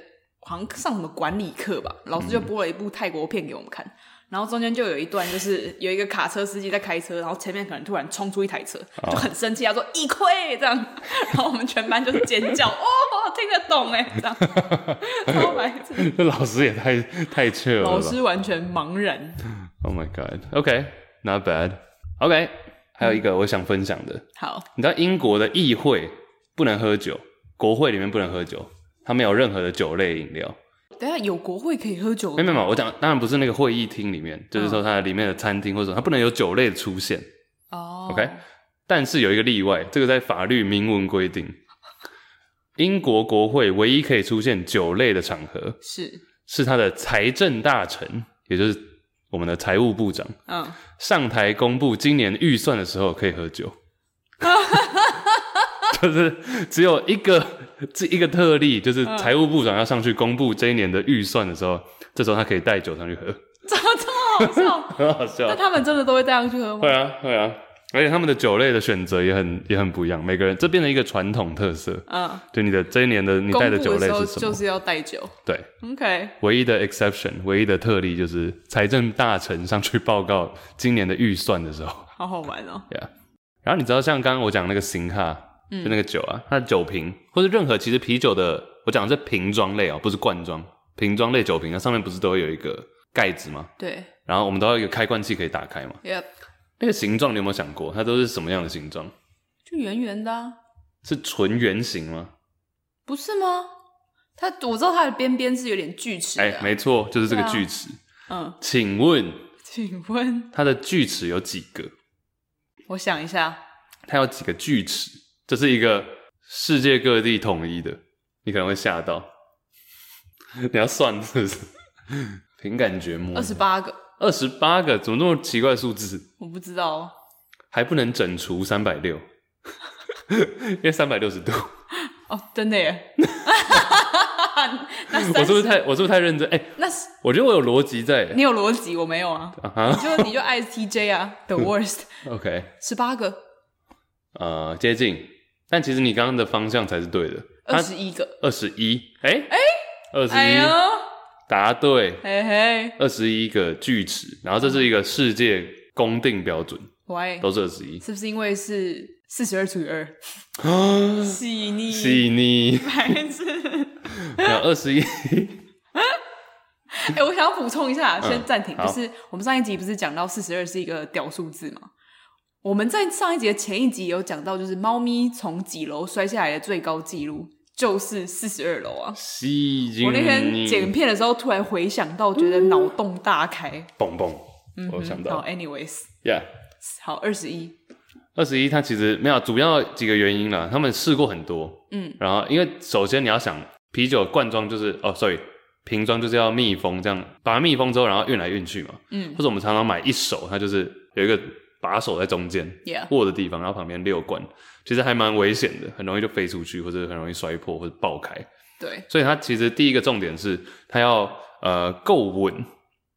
S2: 好像上什么管理课吧，老师
S1: 嗯
S2: 就播了一部泰国片给我们看，然后中间就有一段就是有一个卡车司机在开车，然后前面可能突然冲出一台车，
S1: 哦
S2: 就很生气，他说一亏这样，然后我们全班就是尖叫，哦，听得懂哎，这样，超白 痴，
S1: 这 老师也太太 chill 了
S2: 老
S1: 吧
S2: 师完全茫然，
S1: ？Oh my god，OK，not、bad。OK，还有一
S2: 嗯
S1: 个我想分享的，
S2: 好，
S1: 你知道英国的议会不能喝酒，国会里面不能喝酒，它没有任何的酒类饮料。
S2: 等一下有国会可以喝酒
S1: 没有没有没有，我讲当然不是那个会议厅里面，就是
S2: 嗯
S1: 说它里面的餐厅或者什么它不能有酒类的出现。
S2: 哦
S1: OK，但是有一个例外，这个在法律明文规定，英国国会唯一可以出现酒类的场合
S2: 是，
S1: 是他的财政大臣，也就是我们的财务部长
S2: 嗯，
S1: 上台公布今年预算的时候可以喝酒，就是只有一个这一个特例，就是财务部长要上去公布这一年的预算的时候，这时候他可以带酒上去喝，
S2: 怎么这么好笑？
S1: 很好笑
S2: 那。他们真的都会这样去喝吗
S1: 会？啊，会啊，而且他们的酒类的选择也很也很不一样，每个人这变成一个传统特色。
S2: 嗯，
S1: 就你的这一年的你
S2: 公
S1: 带
S2: 布
S1: 的酒类
S2: 时候
S1: 是什么？
S2: 就是要带酒。
S1: 对，
S2: OK，
S1: 唯一的 exception，唯一的特例就是财政大臣上去报告今年的预算的时候。
S2: 好好玩哦。
S1: Yeah，然后你知道像刚刚我讲那个型哈，
S2: 嗯
S1: 就那个酒啊，它的酒瓶或是任何其实啤酒的，我讲的是瓶装类哦、不是罐装，瓶装类酒瓶，它上面不是都会有一个盖子吗？
S2: 对
S1: 然后我们都要有一个开罐器可以打开嘛。
S2: ，Yep，
S1: 那个形状你有没有想过，它都是什么样的形状？
S2: 就圆圆的、啊，
S1: 是纯圆形吗？
S2: 不是吗？它我知道它的边边是有点锯齿
S1: 哎、
S2: 的、啊。
S1: 没错，就是这个
S2: 对啊
S1: 锯齿。
S2: 嗯，
S1: 请问
S2: 请问，
S1: 它的锯齿有几个？
S2: 我想一下，
S1: 它有几个锯齿？这是一个世界各地统一的，你可能会吓到。 你要算是不是？凭感觉摸
S2: 二。十八个，
S1: 二十八个，怎么那么奇怪的数字？
S2: 我不知道哦。
S1: 还不能整除三百六， 因为三百六十度。
S2: 哦，真的耶。 那
S1: 我
S2: 三
S1: 是不是
S2: 十，
S1: 太我是不是太认真？哎、
S2: 那是
S1: 我觉得我有逻辑在。
S2: 你有逻辑，我没有啊。
S1: 啊哈
S2: 就你就
S1: 嗯
S2: ISTJ 啊，The worst，
S1: ，OK，
S2: 十八个，
S1: 呃，接近但其实你刚刚的方向才是对的。
S2: 二十一个，
S1: 二十一，哎哎，二十
S2: 哎呦
S1: 一，，答对，
S2: 嘿嘿
S1: 二十一个锯齿，然后这是一个世界公定标准，
S2: 喂，
S1: 都是二十一。
S2: 是不是因为是四十二除以二？细腻，
S1: 细腻，
S2: 白痴。
S1: 然后二十一，
S2: 哎、我想要补充一下，
S1: 嗯
S2: 先暂停。
S1: 好
S2: 就是我们上一集不是讲到四十二是一个屌数字嘛？我们在上一集的前一集有讲到，就是猫咪从几楼摔下来的最高纪录就是四十二楼啊。
S1: 细腻。
S2: 我那天剪片的时候，突然回想到，觉得脑洞大开。
S1: 蹦蹦，我有嗯想
S2: 嗯好
S1: 到
S2: ，anyways，
S1: ，Yeah，
S2: 好，二十一，
S1: 二十一，它其实没有主要几个原因啦，他们试过很多，
S2: 嗯，
S1: 然后因为首先你要想啤酒罐装就是哦，sorry，瓶装就是要密封，这样把它密封之后，然后运来运去嘛，
S2: 嗯
S1: 或者我们常常买一手，它就是有一个把手在中间
S2: Yeah
S1: 握的地方，然后旁边六罐，其实还蛮危险的，很容易就飞出去，或者很容易摔破或者爆开，
S2: 对，
S1: 所以它其实第一个重点是它要呃够稳，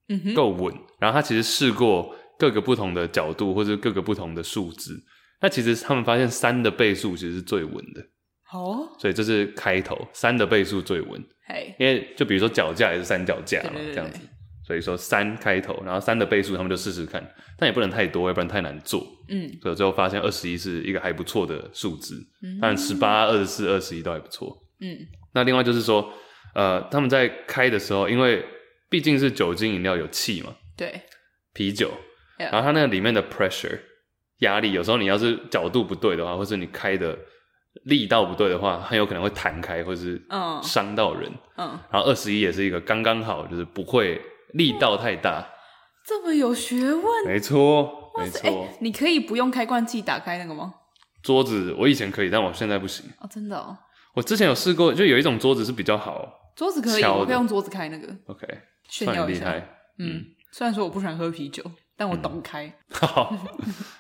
S2: 嗯哼，
S1: 够稳。然后他其实试过各个不同的角度或者各个不同的数字，那其实他们发现三的倍数其实是最稳的，
S2: 好哦，
S1: 所以这是开头，三的倍数最稳。
S2: 嘿，
S1: 因为就比如说脚架也是三脚架嘛
S2: 对对，对
S1: 这样子，所以说三开头，然后三的倍数他们就试试看，但也不能太多，要不然太难做。
S2: 嗯，
S1: 所以最后发现二十一是一个还不错的数字
S2: 嗯，
S1: 当然十八、二十四、二十一都还不错。
S2: 嗯，
S1: 那另外就是说，呃，他们在开的时候，因为毕竟是酒精饮料有气嘛，
S2: 对，
S1: 啤酒，然
S2: Yeah
S1: 后它那个里面的 pressure 压力，有时候你要是角度不对的话，或是你开的力道不对的话，很有可能会弹开，或是
S2: 嗯
S1: 伤到人。
S2: 嗯，
S1: 然后二十一也是一个刚刚好，就是不会力道太大。
S2: 这么有学问，
S1: 没错，没
S2: 哎、
S1: 错。
S2: 你可以不用开罐器打开那个吗？
S1: 桌子我以前可以，但我现在不行。
S2: 哦，真的哦，
S1: 我之前有试过，就有一种桌子是比较好
S2: 桌子可以，
S1: 敲的
S2: 我会用桌子开那个，
S1: ，OK，
S2: 炫
S1: 算
S2: 耀
S1: 很
S2: 一
S1: 厉
S2: 下。
S1: 害。
S2: 嗯，虽然说我不喜欢喝啤酒，但我懂开。
S1: 嗯 好，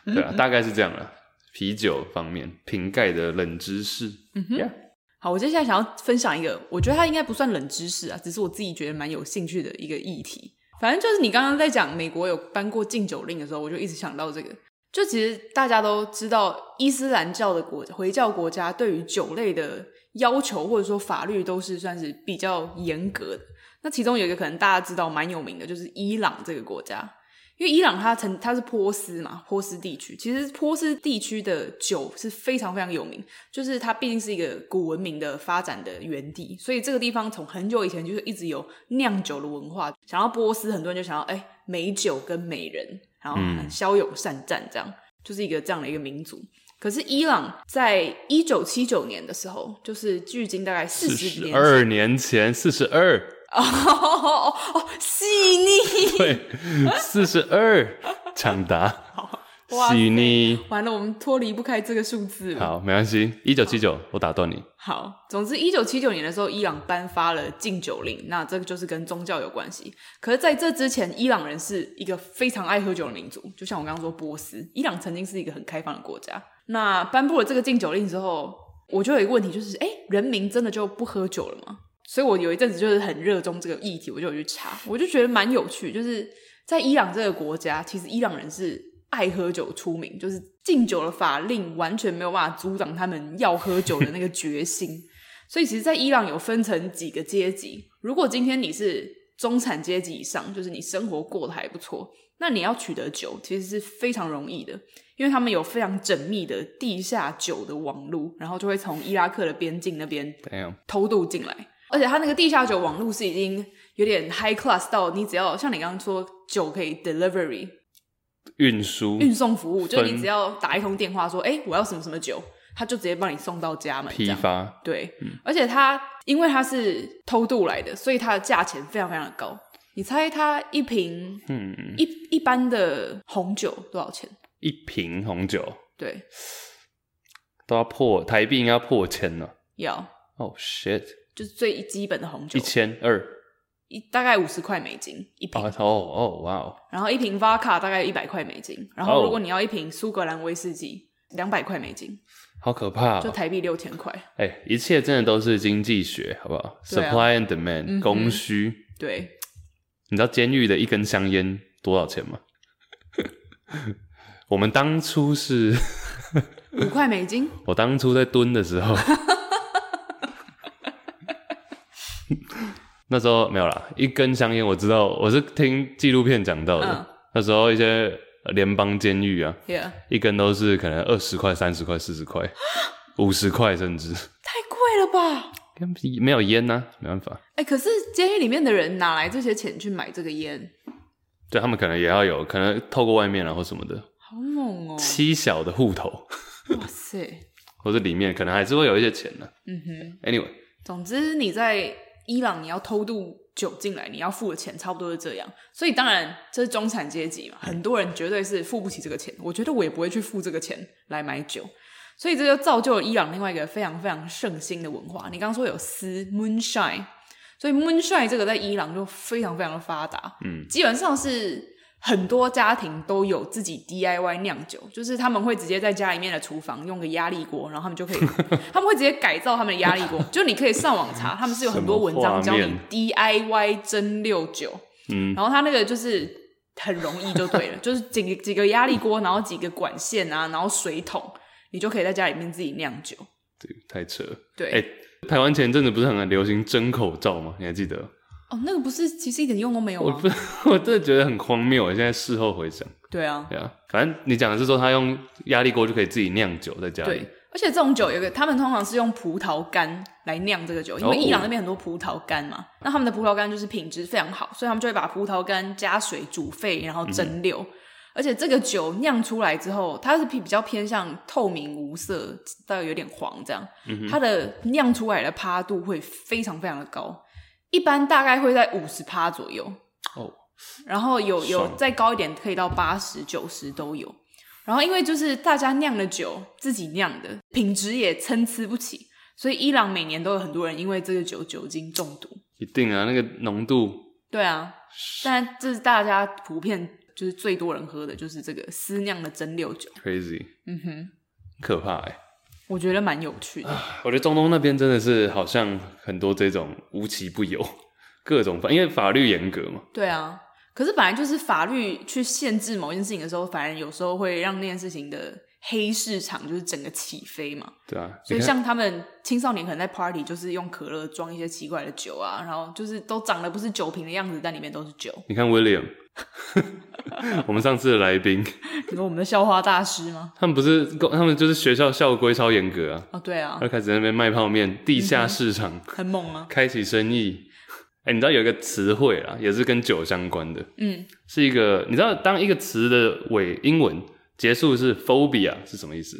S1: 对啊，大概是这样了。啤酒方面，瓶盖的冷知识，嗯哼
S2: 好，我接下来想要分享一个，我觉得它应该不算冷知识啊，只是我自己觉得蛮有兴趣的一个议题。反正就是你刚刚在讲美国有颁过禁酒令的时候，我就一直想到这个。就其实大家都知道，伊斯兰教的国回教国家对于酒类的要求或者说法律都是算是比较严格的。那其中有一个可能大家知道蛮有名的，就是伊朗这个国家。因为伊朗它曾它是波斯嘛，波斯地区，其实波斯地区的酒是非常非常有名，就是它毕竟是一个古文明的发展的源地，所以这个地方从很久以前就是一直有酿酒的文化。想要波斯，很多人就想要哎美酒跟美人，然后
S1: 嗯
S2: 骁勇善战，这样、就是一个这样的一个民族。可是伊朗在一九七九年的时候，就是距今大概四
S1: 四
S2: 十
S1: 十
S2: 年
S1: 二年前，四十二，
S2: 哦哦，细腻。
S1: 对，四十二，抢答，
S2: 哇塞
S1: 细腻。
S2: 完了，我们脱离不开这个数字了。
S1: 好，没关系，一九七九，我打断你。
S2: 好，总之，一九七九年的时候，伊朗颁发了禁酒令，那这个就是跟宗教有关系。可是，在这之前，伊朗人是一个非常爱喝酒的民族，就像我刚刚说，波斯，伊朗曾经是一个很开放的国家。那颁布了这个禁酒令之后，我就有一个问题，就是，哎、人民真的就不喝酒了吗？所以我有一阵子就是很热衷这个议题，我就有去查，我就觉得蛮有趣，就是在伊朗这个国家，其实伊朗人是爱喝酒出名，就是禁酒的法令完全没有办法阻挡他们要喝酒的那个决心。所以其实，在伊朗有分成几个阶级。如果今天你是中产阶级以上，就是你生活过得还不错，那你要取得酒其实是非常容易的，因为他们有非常缜密的地下酒的网路，然后就会从伊拉克的边境那边
S1: Damn，
S2: 偷渡进来，而且它那个地下酒网络是已经有点 high class 到你只要像你刚刚说酒可以 delivery
S1: 运输
S2: 运送服务，就是你
S1: 嗯分
S2: 只要打一通电话说，哎、我要什么什么酒，他就直接帮你送到家门。这
S1: 批
S2: 样
S1: 发，嗯
S2: 对，而且它因为它是偷渡来的，所以它的价钱非常非常的高。你猜它一瓶
S1: 嗯，
S2: 一一般的红酒多少钱？
S1: 一瓶红酒
S2: 对，
S1: 都要破台币，应该要破千了。
S2: 要
S1: Oh shit，
S2: 就是最基本的红酒
S1: 一，千二
S2: 一大概五十块美金一瓶
S1: 啊！哦哦，哇哦，
S2: 然后一瓶 Vodka 大概一百块美金，然后
S1: 哦
S2: 如果你要一瓶苏格兰威士忌，两百块美金，
S1: 好可怕
S2: 就
S1: 哦！
S2: 台币六千块。
S1: 哎、一切真的都是经济学，好不好
S2: 对啊
S1: ？Supply and demand，、
S2: 嗯哼
S1: 供需。
S2: 对，
S1: 你知道监狱的一根香烟 多少钱吗？我们当初是
S2: 五块美金，
S1: 我当初在蹲的时候， 那时候没有啦，一根香烟我知道，我是听纪录片讲到的。
S2: 嗯
S1: 那时候一些联邦监狱啊，
S2: 耶、
S1: 一根都是可能二十块、三十块、四十 块、五十块，甚至
S2: 太贵了吧？
S1: 跟皮没有烟呢、没办法。
S2: 哎、可是监狱里面的人哪来这些钱去买这个烟？
S1: 对他们可能也要有，可能透过外面啊或什么的
S2: 好猛 哦！
S1: 七小的户头，
S2: 哇塞，
S1: 或者里面可能还是会有一些钱呢、
S2: 嗯哼。
S1: Anyway，
S2: 总之你在伊朗你要偷渡酒进来，你要付的钱差不多是这样。所以当然这是中产阶级嘛，很多人绝对是付不起这个钱。我觉得我也不会去付这个钱来买酒。所以这就造就了伊朗另外一个非常非常盛行的文化。你刚刚说有丝 moonshine，所以 moonshine 这个在伊朗就非常非常的发达。
S1: 嗯，
S2: 基本上是很多家庭都有自己 DIY 酿酒，就是他们会直接在家里面的厨房用个压力锅，然后他们就 可以，他们会直接改造他们的压力锅。就你可以上网查，他们是有很多文章
S1: 什
S2: 教
S1: 么
S2: 你 DIY 蒸馏酒，
S1: 嗯，
S2: 然后它那个就是很容易就对了，就是几个几个压力锅，然后几个管线啊，然后水桶，你就可以在家里面自己酿酒。
S1: 这个太扯了。
S2: 对，
S1: 哎、台湾前阵子不是很流行蒸口罩吗？你还记得？
S2: 哦，那个不是，其实一点用都没有
S1: 我
S2: 吗
S1: 不？， 我真的觉得很荒谬。我现在事后回想，
S2: 对啊，
S1: 对啊，反正你讲的是说他用压力锅就可以自己酿酒在家里
S2: 对，，而且这种酒有一个，他们通常是用葡萄干来酿这个酒，因为
S1: 哦
S2: 伊朗那边很多葡萄干嘛，那他们的葡萄干就是品质非常好，所以他们就会把葡萄干加水煮沸，然后蒸
S1: 嗯
S2: 馏。而且这个酒酿出来之后，它是比比较偏向透明无色，大概有点黄这样。
S1: 嗯
S2: 它的酿出来的趴度会非常非常的高，一般大概会在五十趴左右。
S1: 哦，
S2: 然后有有
S1: 爽
S2: 再高一点，可以到八十、九十都有。然后因为就是大家酿的酒，自己酿的，品质也参差不齐，所以伊朗每年都有很多人因为这个酒酒精中毒。
S1: 一定啊，那个浓度
S2: 对啊，但这是大家普遍就是最多人喝的就是这个私酿的蒸馏酒。
S1: crazy，
S2: 嗯哼，
S1: 可怕哎、
S2: 我觉得蛮有趣的。
S1: 我觉得中东那边真的是好像很多这种无奇不有，各种法，因为法律严格嘛，
S2: 对啊，可是本来就是法律去限制某件事情的时候，反而有时候会让那件事情的黑市场就是整个起飞嘛。
S1: 对啊，
S2: 所以
S1: 你看
S2: 像他们青少年可能在 party 就是用可乐装一些奇怪的酒啊，然后就是都长得不是酒瓶的样子，但里面都是酒。
S1: 你看 William，我们上次的来宾，
S2: 你说我们的校花大师吗？
S1: 他们不是他们就是学校校规超严格啊，
S2: 哦，对啊
S1: 他，开始在那边卖泡面，地下市场。
S2: 很猛啊。
S1: 开启生意。哎、你知道有一个词汇啦，也是跟酒相关的，
S2: 嗯，
S1: 是一个你知道当一个词的尾英文结束是 phobia 是什么意思？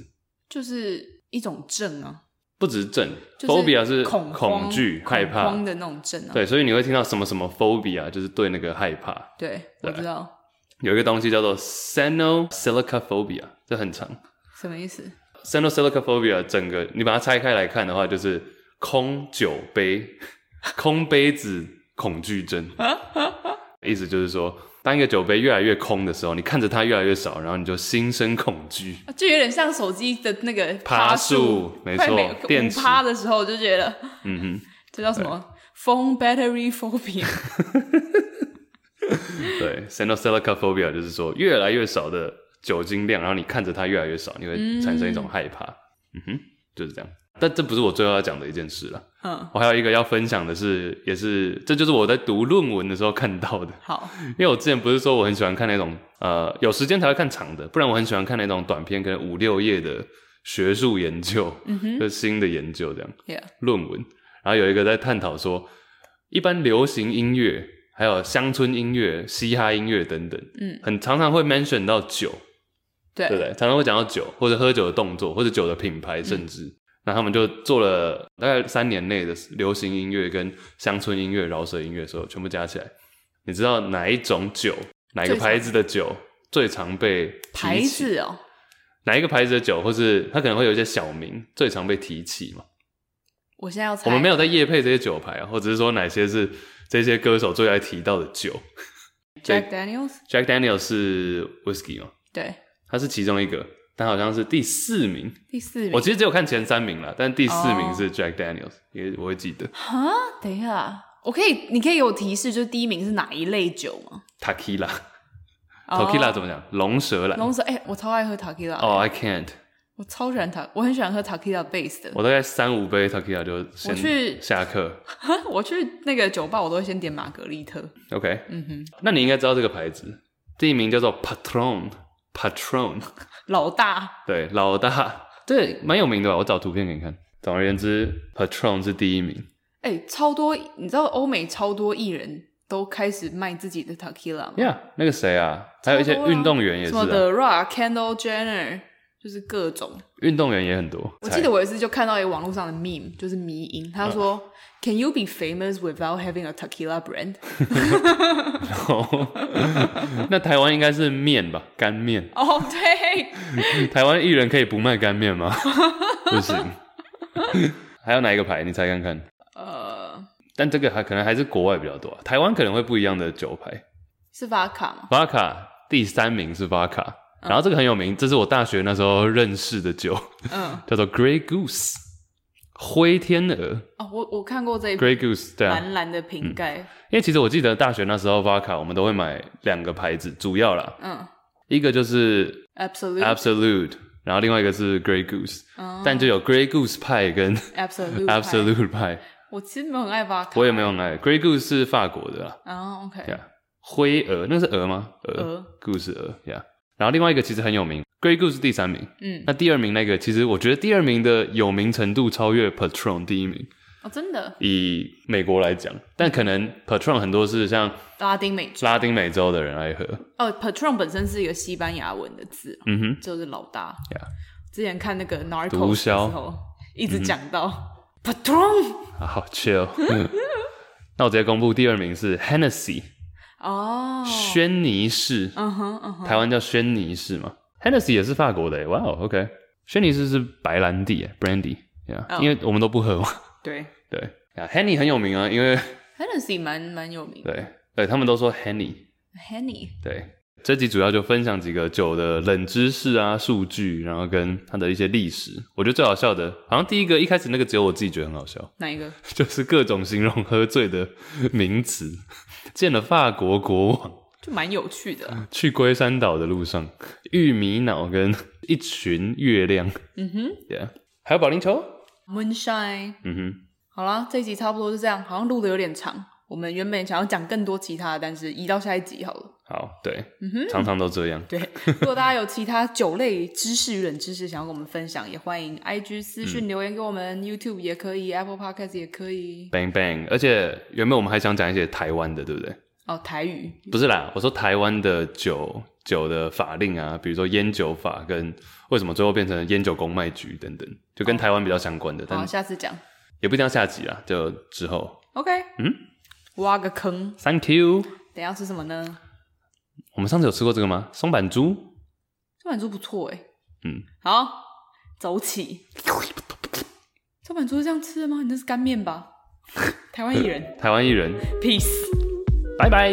S2: 就是一种症啊，
S1: 不只是症、
S2: 就是
S1: p h o b i a 是
S2: 恐慌
S1: 恐惧、害
S2: 恐
S1: 怕
S2: 慌。的那种症啊。
S1: 对，所以你会听到什么什么 phobia，就是对那个害怕。
S2: 对，我知道
S1: 有一个东西叫做 senophilicophobia，这很长。
S2: 什么意思。
S1: senophilicophobia 啊整个你把它拆开来看的话，就是空酒杯、 空杯子恐惧症。意思就是说，当一个酒杯越来越空的时候，你看着它越来越少，然后你就心生恐惧。
S2: 啊就有点像手机的那个
S1: 趴
S2: 数
S1: 数，没
S2: 快
S1: 错
S2: 每
S1: 电
S2: 五
S1: 池
S2: 趴的时候就觉得
S1: 嗯
S2: 这叫什么 phone battery phobia，
S1: 哼，对，senophilicophobia 就是说越来越少的酒精量，然后你看着它越来越少，你会产生一种害怕。嗯哼，就是这样。但这不是我最后要讲的一件事了。
S2: 嗯，
S1: 我还有一个要分享的是，也是这就是我在读论文的时候看到的。
S2: 好，
S1: 因为我之前不是说我很喜欢看那种呃有时间才会看长的，不然我很喜欢看那种短片，可能五六页的学术研究，嗯哼，就新的研究这样
S2: yeah，
S1: 论文。然后有一个在探讨说，一般流行音乐、还有乡村音乐、嘻哈音乐等等，
S2: 嗯，
S1: 很常常会 mention 到酒，
S2: 对
S1: 对不对？常常会讲到酒，或者喝酒的动作，或者酒的品
S2: 嗯
S1: 牌，甚至。那他们就做了大概三年内的流行音乐跟乡村音乐、饶舌音乐，所有全部加起来，你知道哪一种酒、哪一个
S2: 最常
S1: 牌子的酒最常被提
S2: 牌
S1: 起？
S2: 子哦，
S1: 哪一个牌子的酒，或是它可能会有一些小名，最常被提起嘛？
S2: 我现在要猜，
S1: 我们没有在夜配这些酒牌啊，或者是说哪些是这些歌手最爱提到的酒。
S2: Jack Daniels，
S1: Jack Daniel 是 whisky 嘛，
S2: 对，
S1: 它是其中一个，但好像是第四名。
S2: 第四名
S1: 我。其实只有看前三名了，但第四名
S2: 哦
S1: 是 Jack Daniels，因为我会记得
S2: 啊，等一下，我可以，你可以给我提示，就是第一名是哪一类酒吗哦
S1: Tequila。Tequila 怎
S2: 么？
S1: 么讲？龙舌兰。
S2: 龙舌，哎、我超爱喝 tequila。
S1: 哦、i can't。
S2: 我超喜欢塔，我很喜欢喝塔 q i l a base 的。
S1: 我大概三五杯 tequila 就
S2: 我去
S1: 先下课。
S2: 我去那个酒吧，我都会先点玛格丽特。
S1: OK，
S2: 嗯哼，
S1: 那你应该知道这个牌子，地名叫做 Patron Patron，
S2: 老大，
S1: 对，老大，对，蛮有名的吧？我找图片给你看。总而言之，Patron 是第一名。
S2: 哎、超多，你知道欧美超多艺人都开始卖自己的 tequila 吗？
S1: Yeah，那个谁啊，还有一些
S2: 超多啊
S1: 运动员也
S2: 什
S1: 是、
S2: 么
S1: 啊，
S2: The Rock、Kendall Jenner，就是各种。
S1: 运动员也很多。
S2: 我记得我有一次就看到一个网络上的 meme，就是迷因，他说、Can
S1: 嗯
S2: you be famous without having a tequila brand？”
S1: 我， 那台湾应该是面吧，干面。
S2: 哦、对，
S1: 台湾艺人可以不卖干面吗？ 不行。 还有哪一个牌？你猜看看。
S2: 呃，
S1: 但这个还可能还是国外比较多啊、台湾可能会不一样的酒牌。
S2: 是 vodka 吗？
S1: 巴卡第三名是巴卡，然后这个很有名，这是我大学那时候认识的酒，
S2: 嗯，
S1: 叫做 Grey Goose，灰天鹅。
S2: 哦，我我看过这一
S1: Grey Goose 对啊，
S2: 蓝蓝的瓶盖，
S1: 因为其实我记得大学那时候巴卡，我们都会买两个牌子，主要啦，
S2: 嗯
S1: 一个就是
S2: ，absolute，
S1: Absolute，然后另外一个是 Grey Goose，、
S2: 嗯
S1: 但就有 Grey Goose 派跟
S2: absolute，
S1: Absolute 派，
S2: 我其实没有很爱 vodka，
S1: 我也没有很爱 Grey Goose 是法国的啦，
S2: 啊，OK，
S1: 呀、灰鹅那是鹅吗？
S2: 鹅
S1: ，Goose 鹅呀。然后另外一个其实很有名，Grey Goose 是第三名，
S2: 嗯，
S1: 那第二名那个其实我觉得第二名的有名程度超越 Patron 第一名，
S2: 哦，真的，
S1: 以美国来讲，但可能 Patron 很多是像
S2: 拉丁美洲，
S1: 拉丁美洲的人来喝，
S2: 哦，patron 本身是一个西班牙文的字，
S1: 嗯哼，
S2: 就是老大。
S1: Yeah
S2: 之前看那个 Narcos
S1: 毒
S2: 的时
S1: 枭嗯
S2: 候，一直讲到 patron，
S1: 啊好 chill。嗯 那我直接公布第二名是 Hennessy
S2: 哦，
S1: 轩尼诗，
S2: 嗯哼嗯哼，
S1: 台湾叫轩尼诗嘛，Hennessy 也是法国的耶，哇、哦 o k 轩尼诗是白兰地耶，Brandy，yeah，、
S2: 哦
S1: 因为我们都不喝嘛，
S2: 对
S1: 对啊，Henny 很有名啊，因 为
S2: ，Hennessy 蛮蛮有名的
S1: 对对，他们都说 Henny，
S2: ，Henny，
S1: 对，这集主要就分享几个酒的冷知识啊、数据，然后跟它的一些历史。我觉得最好笑的，好像第一个一开始那个只有我自己觉得很好笑，
S2: 哪一个？
S1: 就是各种形容喝醉的名词，见了法国国王。
S2: 就蛮有趣的啦，
S1: 去龟山岛的路上，玉米脑跟 一群月亮。
S2: 嗯哼
S1: 对，还有保龄球。
S2: ，Moonshine。
S1: 嗯哼，
S2: 好啦，这一集差不多就这样，好像录的有点长。我们原本想要讲更多其他的，但是移到下一集好了。
S1: 好，对，
S2: 嗯哼，
S1: 常常都这样。
S2: 对，如果大家有其他酒类知识与冷知识想要跟我们分享，也欢迎 IG 私
S1: 嗯
S2: 讯留言给我们、y o u t u b e 也可以，Apple Podcast 也可以。
S1: Bang bang，而且原本我们还想讲一些台湾的，对不对？
S2: 哦，台语
S1: 不是啦，我说台湾的酒酒的法令啊，比如说烟酒法跟为什么最后变成烟酒公卖局等等，就跟台湾比较相关的，
S2: 好，
S1: 但
S2: 下次讲。
S1: 也不一定要下集啦，就之后。
S2: OK，
S1: 嗯，
S2: 挖个坑，
S1: Thank you。
S2: 等一下吃什么呢？
S1: 我们上次有吃过这个吗？松板猪。
S2: 这本猪不错哎，
S1: 嗯，
S2: 好，走起。这本猪是这样吃的吗？你那是干面吧？台湾艺人
S1: 台湾艺人，
S2: ，peace。
S1: 拜拜。